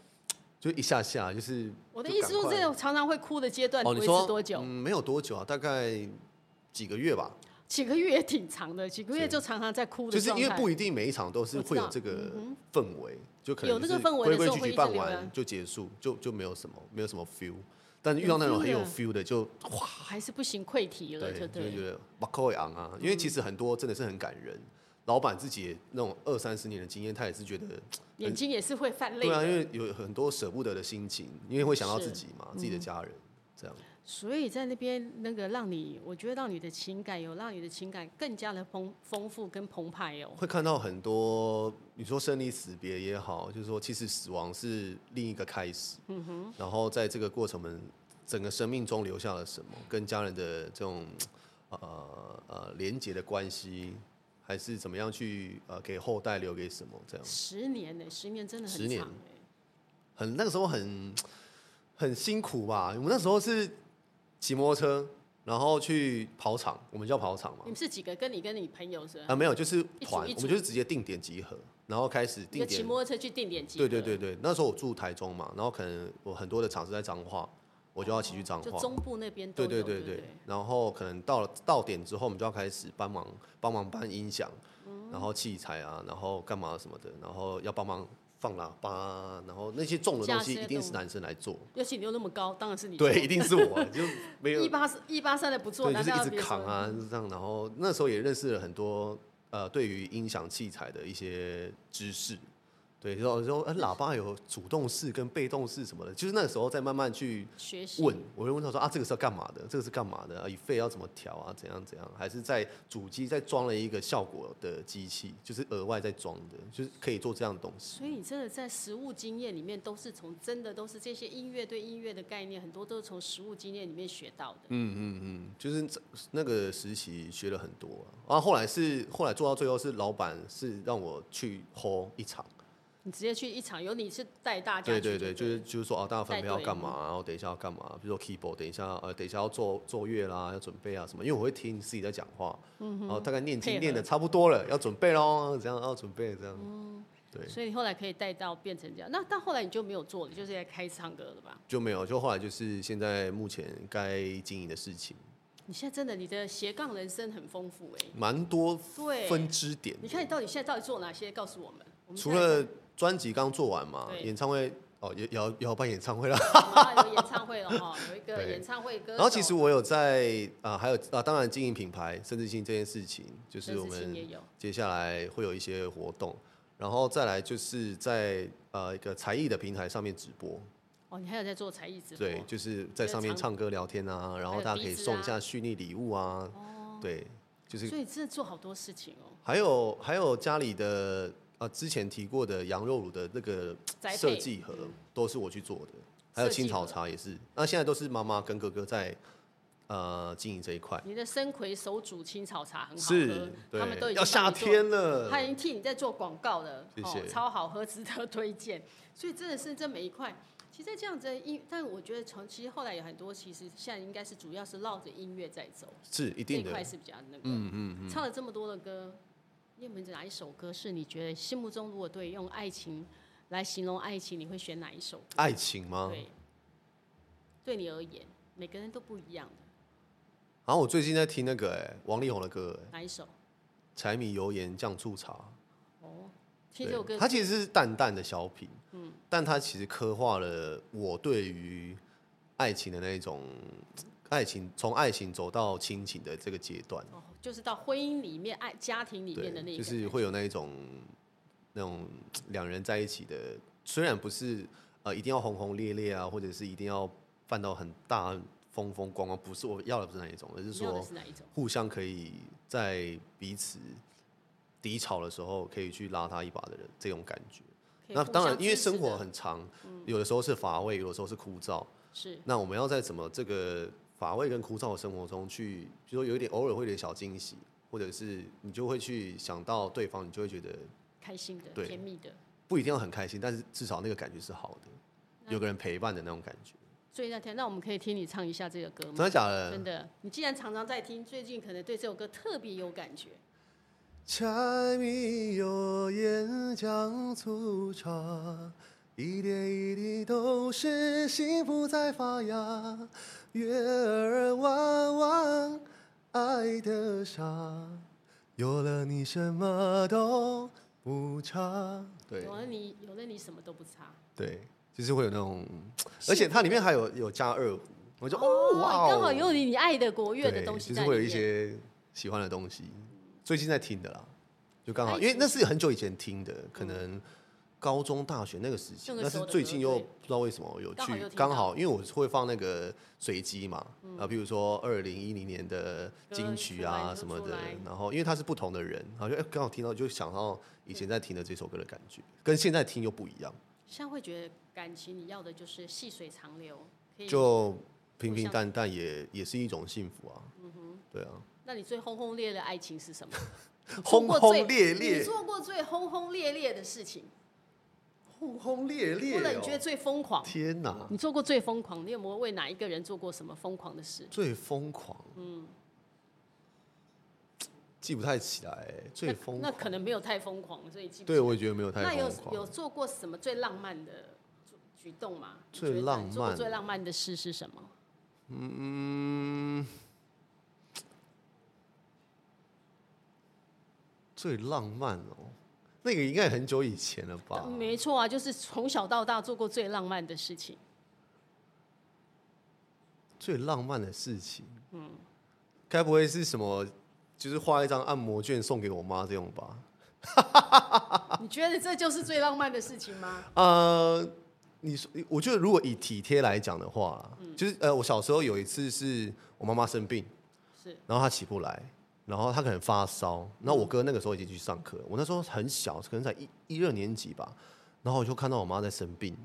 Speaker 1: 就一下下就是
Speaker 2: 我的
Speaker 1: 就
Speaker 2: 意
Speaker 1: 赶
Speaker 2: 思说，
Speaker 1: 快
Speaker 2: 这种常常会哭的阶段
Speaker 1: 哦，
Speaker 2: 维
Speaker 1: 你
Speaker 2: 持
Speaker 1: 说
Speaker 2: 多久
Speaker 1: 嗯？？没有多久啊，大概几个月吧。
Speaker 2: 几个月也挺长的，几个月
Speaker 1: 对
Speaker 2: 就常常在哭
Speaker 1: 就
Speaker 2: 的
Speaker 1: 是
Speaker 2: 状
Speaker 1: 因为
Speaker 2: 态。
Speaker 1: 不一定每一场都是
Speaker 2: 我知
Speaker 1: 会有
Speaker 2: 道
Speaker 1: 这个
Speaker 2: 嗯
Speaker 1: 氛围，就可能
Speaker 2: 有那个
Speaker 1: 就是
Speaker 2: 氛围
Speaker 1: 规
Speaker 2: 的
Speaker 1: 规
Speaker 2: 时候
Speaker 1: 矩
Speaker 2: 会一
Speaker 1: 矩
Speaker 2: 直
Speaker 1: 办
Speaker 2: 流
Speaker 1: 完
Speaker 2: 汗
Speaker 1: 就结束，就就没有什么没有什么 feel。但是遇到那种很有
Speaker 2: 有
Speaker 1: feel 的，就哇，
Speaker 2: 还是不行，溃堤了，
Speaker 1: 对，
Speaker 2: 就
Speaker 1: 就会
Speaker 2: 对嗯
Speaker 1: 觉。得哇扣昂啊！因为其实很多真的是很感人，老板自己也那种二三十年的经验，他也是觉得
Speaker 2: 眼睛也是会泛泪
Speaker 1: 对啊，因
Speaker 2: 的。
Speaker 1: 为有很多舍不得的心情，因为会想到
Speaker 2: 是嗯
Speaker 1: 自己嘛，自己的家人这样。
Speaker 2: 所以在那边那个让你，我觉得让你的情感有让你的情感更加的丰丰富跟澎湃哦。
Speaker 1: 会看到很多，你说生离死别也好，就是说其实死亡是另一个开始。嗯哼。然后在这个过程，我们整个生命中留下了什么？跟家人的这种呃呃连结的关系，还是怎么样去呃给后代留给什么？这样
Speaker 2: 十年呢，十年真
Speaker 1: 嗯
Speaker 2: 的
Speaker 1: 十
Speaker 2: 很
Speaker 1: 年
Speaker 2: 长哎。
Speaker 1: 很那个时候很很辛苦吧？我们那时候是骑摩托车，然后去跑场，我们叫跑场嘛
Speaker 2: 你。们是几个？跟你跟你朋友是吧？
Speaker 1: 啊，没有，就是
Speaker 2: 一组
Speaker 1: 团，
Speaker 2: 一
Speaker 1: 我
Speaker 2: 组
Speaker 1: 们就是直接定点集合，然后开始
Speaker 2: 你
Speaker 1: 定
Speaker 2: 就
Speaker 1: 点
Speaker 2: 骑摩托车去定点集合。
Speaker 1: 对对对对，那时候我住台中嘛，然后可能我很多的场是在彰化，我就要骑去彰
Speaker 2: 就
Speaker 1: 化。
Speaker 2: 中部那边都
Speaker 1: 对
Speaker 2: 有。
Speaker 1: 对
Speaker 2: 对
Speaker 1: 对
Speaker 2: 不
Speaker 1: 对，然后可能到了到点之后，我们就要开始帮忙帮忙搬音响，然后器材啊，然后干嘛什么的，然后要帮忙放喇叭啊，然后那些重的
Speaker 2: 架
Speaker 1: 东西
Speaker 2: 设
Speaker 1: 一定
Speaker 2: 动
Speaker 1: 是男生来
Speaker 2: <laughs>
Speaker 1: 做，
Speaker 2: 尤其你又那么高，当然是你
Speaker 1: 对，一定是我，就没有
Speaker 2: 一八一八三的不错，
Speaker 1: 对，就
Speaker 2: 难
Speaker 1: 是
Speaker 2: 道
Speaker 1: 一
Speaker 2: 要
Speaker 1: 直
Speaker 2: 别说
Speaker 1: 扛啊，就是这样。然后那时候也认识了很多呃，对于音响器材的一些知识。对，然后说，呃，喇叭有主动式跟被动式什么的，就是那个时候再慢慢去
Speaker 2: 学习
Speaker 1: 问，我会问他说啊，这个是要干嘛的？这个是干嘛的？啊，以费要怎么调啊？怎样怎样？还是在主机再装了一个效果的机器，就是额外再装的，就是可以做这样的东西。
Speaker 2: 所以你真的在实物经验里面，都是从真的都是这些音乐对音乐的概念，很多都是从实物经验里面学到的。
Speaker 1: 嗯嗯嗯，就是这那个时期学了很多、啊，然后后来是后来做到最后是老板是让我去 hold 一场。
Speaker 2: 你直接去一场，有你是带大家
Speaker 1: 对
Speaker 2: 去，
Speaker 1: 对对，
Speaker 2: 对，
Speaker 1: 就是就是说啊，大家分配要
Speaker 2: 带队嗯
Speaker 1: 干嘛，然后等一下要干嘛，比如说 keyboard，等一下呃，等一下要奏奏乐啦，要准备啊什么，因为我会听自己在讲话，然后大概念
Speaker 2: 嗯配
Speaker 1: 经
Speaker 2: 合嗯
Speaker 1: 念的差不多了，要准备喽，这样要准备这样，对，
Speaker 2: 所以你后来可以带到变成这样。那但后来你就没有做了，就是在开唱歌了吧？
Speaker 1: 就没有，就后来就是现在目前该经营的事情，
Speaker 2: 你现在真的你的斜杠人生很丰富哎、
Speaker 1: 蛮多
Speaker 2: 对
Speaker 1: 分支点
Speaker 2: 你，看你到底现在到底做哪些？告诉我们。我们
Speaker 1: 除
Speaker 2: 现在
Speaker 1: 了专辑刚做完嘛，
Speaker 2: 对
Speaker 1: 演唱会哦也也要也要办演唱会 <laughs> 啦。
Speaker 2: 马上有演唱会了哈，有一个
Speaker 1: 对
Speaker 2: 演唱会歌手。
Speaker 1: 然后其实我有在啊、还有啊、当然经营品牌，甚至性这件事情，就是
Speaker 2: 甚
Speaker 1: 我
Speaker 2: 至性
Speaker 1: 们
Speaker 2: 也有
Speaker 1: 接下来会有一些活动，然后再来就是在呃一个才艺的平台上面直播，
Speaker 2: 哦，你还有在做才艺直播，
Speaker 1: 对，就是在上面唱歌聊天啊，然
Speaker 2: 还
Speaker 1: 后
Speaker 2: 有
Speaker 1: 大家可以
Speaker 2: 笛子啊
Speaker 1: 送一下虚拟礼物啊，对，就是
Speaker 2: 所以真的做好多事情哦。
Speaker 1: 还有还有家里的啊、之前提过的羊肉乳的那个
Speaker 2: 宅配
Speaker 1: 设计盒都是我去做的，还有
Speaker 2: 设计
Speaker 1: 青草
Speaker 2: 盒
Speaker 1: 茶也是，那现在都是妈妈跟哥哥在呃经营这一块。
Speaker 2: 你的生葵手煮青草茶很好喝
Speaker 1: 是，，对，
Speaker 2: 他们都已经
Speaker 1: 要夏
Speaker 2: 帮你做，
Speaker 1: 天了
Speaker 2: 他。已经替你在做广告了，
Speaker 1: 谢谢
Speaker 2: 哦，超好喝，值得推荐。所以真的是这每一块，其实这样子的音，但我觉得从其实后来有很多，其实现在应该是主要是绕着音乐在走，
Speaker 1: 是一
Speaker 2: 这一
Speaker 1: 定的
Speaker 2: 块，是比较那个。嗯嗯嗯。唱了这么多的歌，你有没有哪一首歌是你觉得心目中如果对用爱情来形容爱情，你会选哪一首？
Speaker 1: 爱情吗？
Speaker 2: 对，对你而言，每个人都不一样的，
Speaker 1: 然后我最近在听那个哎、王力宏的歌、哎
Speaker 2: 哪一首？
Speaker 1: 柴米油盐酱醋茶》
Speaker 2: 哦，
Speaker 1: 对。
Speaker 2: 听这首歌
Speaker 1: 它其实是淡淡的小品，嗯，但它其实刻画了我对于爱情的那种爱情，从爱情走到亲情的这个阶段，
Speaker 2: 哦，就是到婚姻里面、爱家庭里面的那
Speaker 1: 对，
Speaker 2: 一
Speaker 1: 就
Speaker 2: 个，
Speaker 1: 是会有那一种那种两人在一起的，虽然不是呃一定要轰轰烈烈啊，或者是一定要犯到很大风风光光，不是我要的不是那一种，而是
Speaker 2: 你要的
Speaker 1: 说
Speaker 2: 是哪一种？
Speaker 1: 互相可以在彼此低潮的时候可以去拉他一把的人这种感觉。
Speaker 2: 可以
Speaker 1: 那
Speaker 2: 互
Speaker 1: 当然
Speaker 2: 相，
Speaker 1: 因为
Speaker 2: 支持
Speaker 1: 生活
Speaker 2: 的嗯
Speaker 1: 很长，有的时候是乏味，有的时候是枯燥。
Speaker 2: 是
Speaker 1: 那我们要在怎么这个乏味跟枯燥的生活中去，比如说有一点偶尔会有点小惊喜，或者是你就会去想到对方，你就会觉得
Speaker 2: 开心的、
Speaker 1: 对
Speaker 2: 甜蜜的。
Speaker 1: 不一定要很开心，但是至少那个感觉是好
Speaker 2: 那
Speaker 1: 的，有个人陪伴的那种感觉。
Speaker 2: 最那天，那我们可以听你唱一下这个歌
Speaker 1: 真
Speaker 2: 吗？
Speaker 1: 的假的
Speaker 2: 真？的，你既然常常在听，最近可能对这首歌特别有感觉。
Speaker 1: 柴米油盐酱醋茶，一点一滴都是幸福在发芽。月儿弯弯，爱的傻，有了你什么都不差。对
Speaker 2: 有了你，有了你，什么都不差。
Speaker 1: 对，就是会有那种，而且它里面还有有加二胡，我就哦哇哦，
Speaker 2: 刚好有你你爱的国乐
Speaker 1: 对，
Speaker 2: 的东西
Speaker 1: 就是
Speaker 2: 在
Speaker 1: 会有
Speaker 2: 里
Speaker 1: 一
Speaker 2: 面。
Speaker 1: 些喜欢的东西，最近在听的啦，就刚好，
Speaker 2: 还
Speaker 1: 因为那是很久以前听的，可能高中、大学那个时期
Speaker 2: 嗯那，个
Speaker 1: 但
Speaker 2: 时
Speaker 1: 是
Speaker 2: 候的
Speaker 1: 最近
Speaker 2: 歌
Speaker 1: 又
Speaker 2: 对
Speaker 1: 不知道为什么有
Speaker 2: 刚好
Speaker 1: 去
Speaker 2: 又听
Speaker 1: 刚
Speaker 2: 到嗯
Speaker 1: 好，因为我是会放那个随机嘛，啊，比如说二零一零年的
Speaker 2: 歌
Speaker 1: 金
Speaker 2: 一
Speaker 1: 曲
Speaker 2: 出
Speaker 1: 啊
Speaker 2: 来就
Speaker 1: 什么
Speaker 2: 出
Speaker 1: 的
Speaker 2: 来，
Speaker 1: 然后因为他是不同的人，然后就哎刚好听到就想到以前在听的这首歌的感觉，跟现在听又不一样，
Speaker 2: 现在会觉得感情你要的就是细水长流，可以。
Speaker 1: 就平平
Speaker 2: 相
Speaker 1: 淡淡也也是一种幸福啊，对啊，
Speaker 2: 那你最轰轰烈烈的爱情是什么？
Speaker 1: <laughs> 轰
Speaker 2: 做过最
Speaker 1: 轰烈
Speaker 2: 你
Speaker 1: 烈。
Speaker 2: 做过最轰轰烈烈的事情，
Speaker 1: 轰轰烈烈、
Speaker 2: 或
Speaker 1: 哦！
Speaker 2: 者你觉得最疯狂？
Speaker 1: 天哪，
Speaker 2: 你做过最疯狂？你有没有为哪一个人做过什么疯狂的事？
Speaker 1: 最疯狂，嗯，记不太起来欸，最疯
Speaker 2: 那
Speaker 1: 狂，
Speaker 2: 可能没有太疯狂，所以记不
Speaker 1: 对我也觉得没有
Speaker 2: 那
Speaker 1: 太
Speaker 2: 有
Speaker 1: 疯
Speaker 2: 有
Speaker 1: 狂。
Speaker 2: 做过什么最浪漫的举举动吗？你
Speaker 1: 最
Speaker 2: 觉得
Speaker 1: 浪
Speaker 2: 你做过
Speaker 1: 漫
Speaker 2: 最浪漫的事是什么？
Speaker 1: 嗯，最浪漫哦，那个应该很久以前了吧？
Speaker 2: 没错啊，就是从小到大做过最浪漫的事情。
Speaker 1: 最浪漫的事情，嗯，该不会是什么？就是画一张按摩券送给我妈这种吧？
Speaker 2: 你觉得这就是最浪漫的事情
Speaker 1: <laughs>
Speaker 2: 吗？
Speaker 1: 呃，你说，我觉得如果以体贴来讲的话啦，
Speaker 2: 嗯
Speaker 1: 就是呃，我小时候有一次是我妈妈生病，
Speaker 2: 是
Speaker 1: 然后她起不来，然后她可能发烧，然后我哥那个时候已经去上课了，我那时候很小，可能才一一二年级吧，然后我就看到我妈在生病，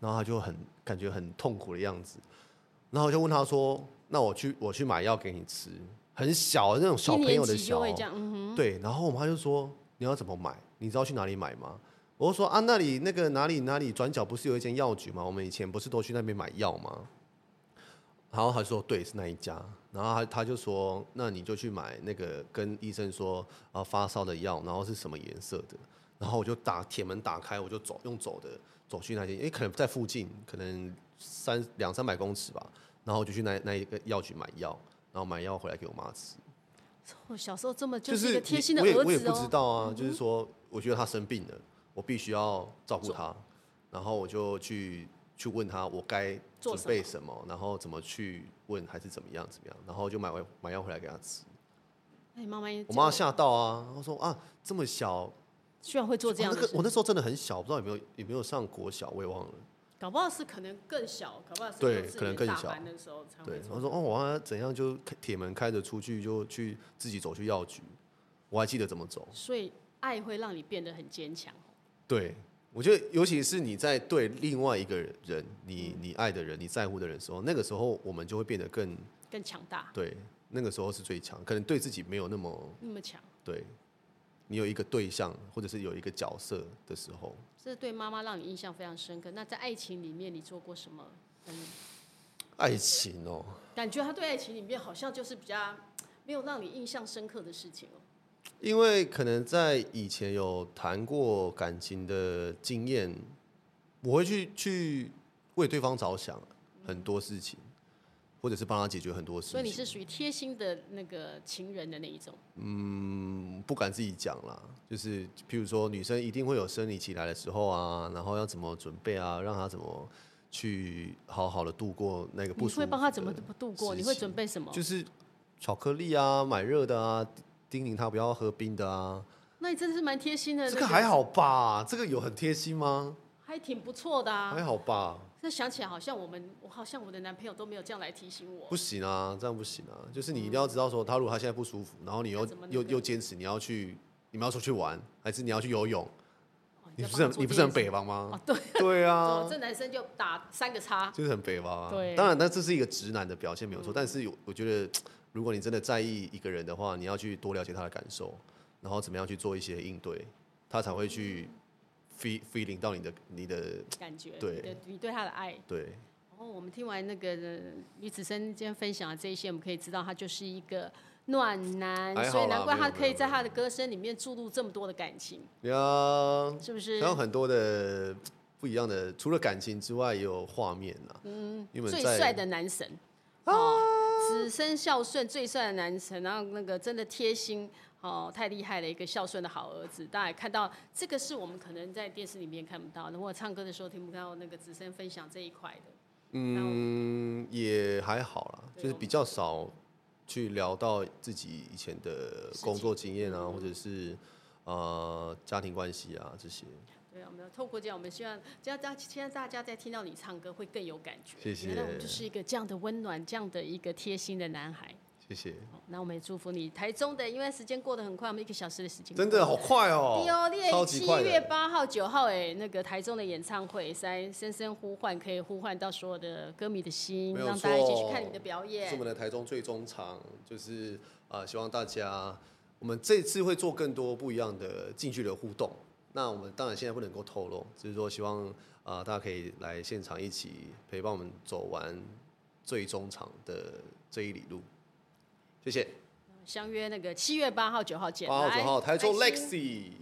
Speaker 1: 然后她就很感觉很痛苦的样子，然后我就问她说：“那我去我去买药给你吃。”很小那种小
Speaker 2: 一
Speaker 1: 朋
Speaker 2: 年
Speaker 1: 友的
Speaker 2: 级
Speaker 1: 小
Speaker 2: 就
Speaker 1: 哦，
Speaker 2: 会这样，嗯哼，
Speaker 1: 对，然后我妈就说你要怎么买？你知道去哪里买吗？我就说啊，那里那个哪里哪里转角不是有一间药局吗？我们以前不是都去那边买药吗？然后她说对，是那一家。然后她她就说，那你就去买那个跟医生说啊发烧的药，然后是什么颜色的。然后我就打铁门打开，我就走用走的走去那间，因为可能在附近，可能三两三百公尺吧。然后我就去那那一个药局买药，然后买药回来给我妈吃。
Speaker 2: 我小时候这么
Speaker 1: 就
Speaker 2: 一个贴心的
Speaker 1: 你我
Speaker 2: 儿
Speaker 1: 也我也
Speaker 2: 子
Speaker 1: 不知
Speaker 2: 哦。
Speaker 1: 道啊，就是说，我觉得他生病了，我必须要照顾他，然后我就去去问他我该
Speaker 2: 做
Speaker 1: 准备什么，然后怎么去问还是怎么样怎么样，然后就买回买药回来给他吃。
Speaker 2: 哎，妈妈也
Speaker 1: 我妈吓到啊，我说啊这么小，
Speaker 2: 居然会做这样
Speaker 1: 我
Speaker 2: 的
Speaker 1: 那
Speaker 2: 事
Speaker 1: 个我那时候真的很小，不知道有没有有没有上国小，我也忘了。
Speaker 2: 搞不好是可能更小，搞不好是
Speaker 1: 对
Speaker 2: 幼稚
Speaker 1: 可能
Speaker 2: 园
Speaker 1: 更
Speaker 2: 大
Speaker 1: 小
Speaker 2: 班的时候才
Speaker 1: 对
Speaker 2: 会，做。
Speaker 1: 我说哦，我要怎样就开铁门开着出去，就去自己走去药局，我还记得怎么走。
Speaker 2: 所以爱会让你变得很坚强。
Speaker 1: 对，我觉得尤其是你在对另外一个人，你你爱的人，你在乎的人的时候，那个时候我们就会变得更
Speaker 2: 更强大，
Speaker 1: 对，那个时候是最强，可能对自己没有那么
Speaker 2: 那么强。
Speaker 1: 对，你有一个对象或者是有一个角色的时候，
Speaker 2: 这对妈妈让你印象非常深刻。那在爱情里面，你做过什么？嗯，
Speaker 1: 爱情哦，
Speaker 2: 感觉他对爱情里面好像就是比较没有让你印象深刻的事情哦。
Speaker 1: 因为可能在以前有谈过感情的经验，我会去去为对方着想很多事情，或者是帮他解决很多事情。
Speaker 2: 所以你是属于贴心的那个情人的那一种，
Speaker 1: 嗯，不敢自己讲啦，就是譬如说女生一定会有生理期来的时候啊，然后要怎么准备啊，让她怎么去好好的度过那个不
Speaker 2: 你
Speaker 1: 舒服。
Speaker 2: 会帮他怎么？度过？你会准备什么？
Speaker 1: 就是巧克力啊，买热的啊，叮咛她不要喝冰的啊。
Speaker 2: 那你真的是蛮贴心的。
Speaker 1: 这个还，好吧？这个有很贴心吗？
Speaker 2: 还挺不错的啊。
Speaker 1: 还好吧？
Speaker 2: 这想起来好像我们，我好像我的男朋友都没有这样来提醒我
Speaker 1: 不。行啊，这样不行啊！就是你一定要知道说，他如果他现在不舒服，然后你又
Speaker 2: 那怎么能
Speaker 1: 又
Speaker 2: 够
Speaker 1: 又坚持你要去，你们要出去玩，还是你要去游泳？
Speaker 2: 哦
Speaker 1: 你
Speaker 2: 在
Speaker 1: 不是
Speaker 2: 帮我
Speaker 1: 很
Speaker 2: 做
Speaker 1: 你不
Speaker 2: 这
Speaker 1: 是很
Speaker 2: 件事
Speaker 1: 北方吗
Speaker 2: 哦？对，
Speaker 1: 对
Speaker 2: <laughs>
Speaker 1: 啊
Speaker 2: 哦，，这男生就打三个叉。
Speaker 1: 就是很北方啊。
Speaker 2: 对
Speaker 1: 当然，那这是一个直男的表现没有错，但是有我觉得，如果你真的在意一个人的话，你要去多了解他的感受，然后怎么样去做一些应对，他才会去 feel feeling 到你的你的
Speaker 2: 感觉，
Speaker 1: 对
Speaker 2: 你的你对他的爱。
Speaker 1: 对
Speaker 2: 然后我们听完那个呃吕子深今天分享的这一些，我们可以知道他就是一个暖男
Speaker 1: 还，好
Speaker 2: 所以
Speaker 1: 啦
Speaker 2: 难怪
Speaker 1: 没有
Speaker 2: 他可
Speaker 1: 没
Speaker 2: 以
Speaker 1: 有
Speaker 2: 在他的歌声里面注入这么多的感情，
Speaker 1: 呀，
Speaker 2: 是不是
Speaker 1: 还？有很多的不一样的，除了感情之外，也有画面啊。嗯，因为
Speaker 2: 最
Speaker 1: 在啊
Speaker 2: 帅的男神哦，子深孝顺最帅的男神，然后那个真的贴心。哦，太厉害了，一个孝顺的好儿子。大家也看到这个是我们可能在电视里面看不到的，或者唱歌的时候听不到那个子深分享这一块的。
Speaker 1: 嗯，也还好啦，
Speaker 2: 对哦
Speaker 1: 就是
Speaker 2: 我
Speaker 1: 比较少去聊到自己以前的工作经验啊，或者是呃家庭关系啊这些。
Speaker 2: 对啊，我们要透过这样，我们希望这样，这样，现在大家在听到你唱歌会更有感觉。
Speaker 1: 谢谢
Speaker 2: 原来我们就是一个这样的温暖、这样的一个贴心的男孩。
Speaker 1: 谢谢，
Speaker 2: 好那我们也祝福你，台中的，因为时间过得很快，我们一个小时的时间过
Speaker 1: 真
Speaker 2: 得
Speaker 1: 的好快哦、
Speaker 2: 对哦，列
Speaker 1: 超级
Speaker 2: 七
Speaker 1: 快
Speaker 2: 月
Speaker 1: 的。
Speaker 2: 八号、九号，哎，那个台中的演唱会，三深深呼唤，可以呼唤到所有的歌迷的心，
Speaker 1: 没有
Speaker 2: 让大家一起去
Speaker 1: 错
Speaker 2: 看你的表
Speaker 1: 是我
Speaker 2: 演
Speaker 1: 们。的台中最终场，就是啊、呃希望大家我们这次会做更多不一样的近距离的互动。那我们当然现在不能够透露，就是说希望啊、呃大家可以来现场一起陪伴我们走完最终场的这一里路。谢谢，
Speaker 2: 相约那个七月八号、九号见。
Speaker 1: 八号
Speaker 2: 来
Speaker 1: 九号台中
Speaker 2: 开心
Speaker 1: Lexi。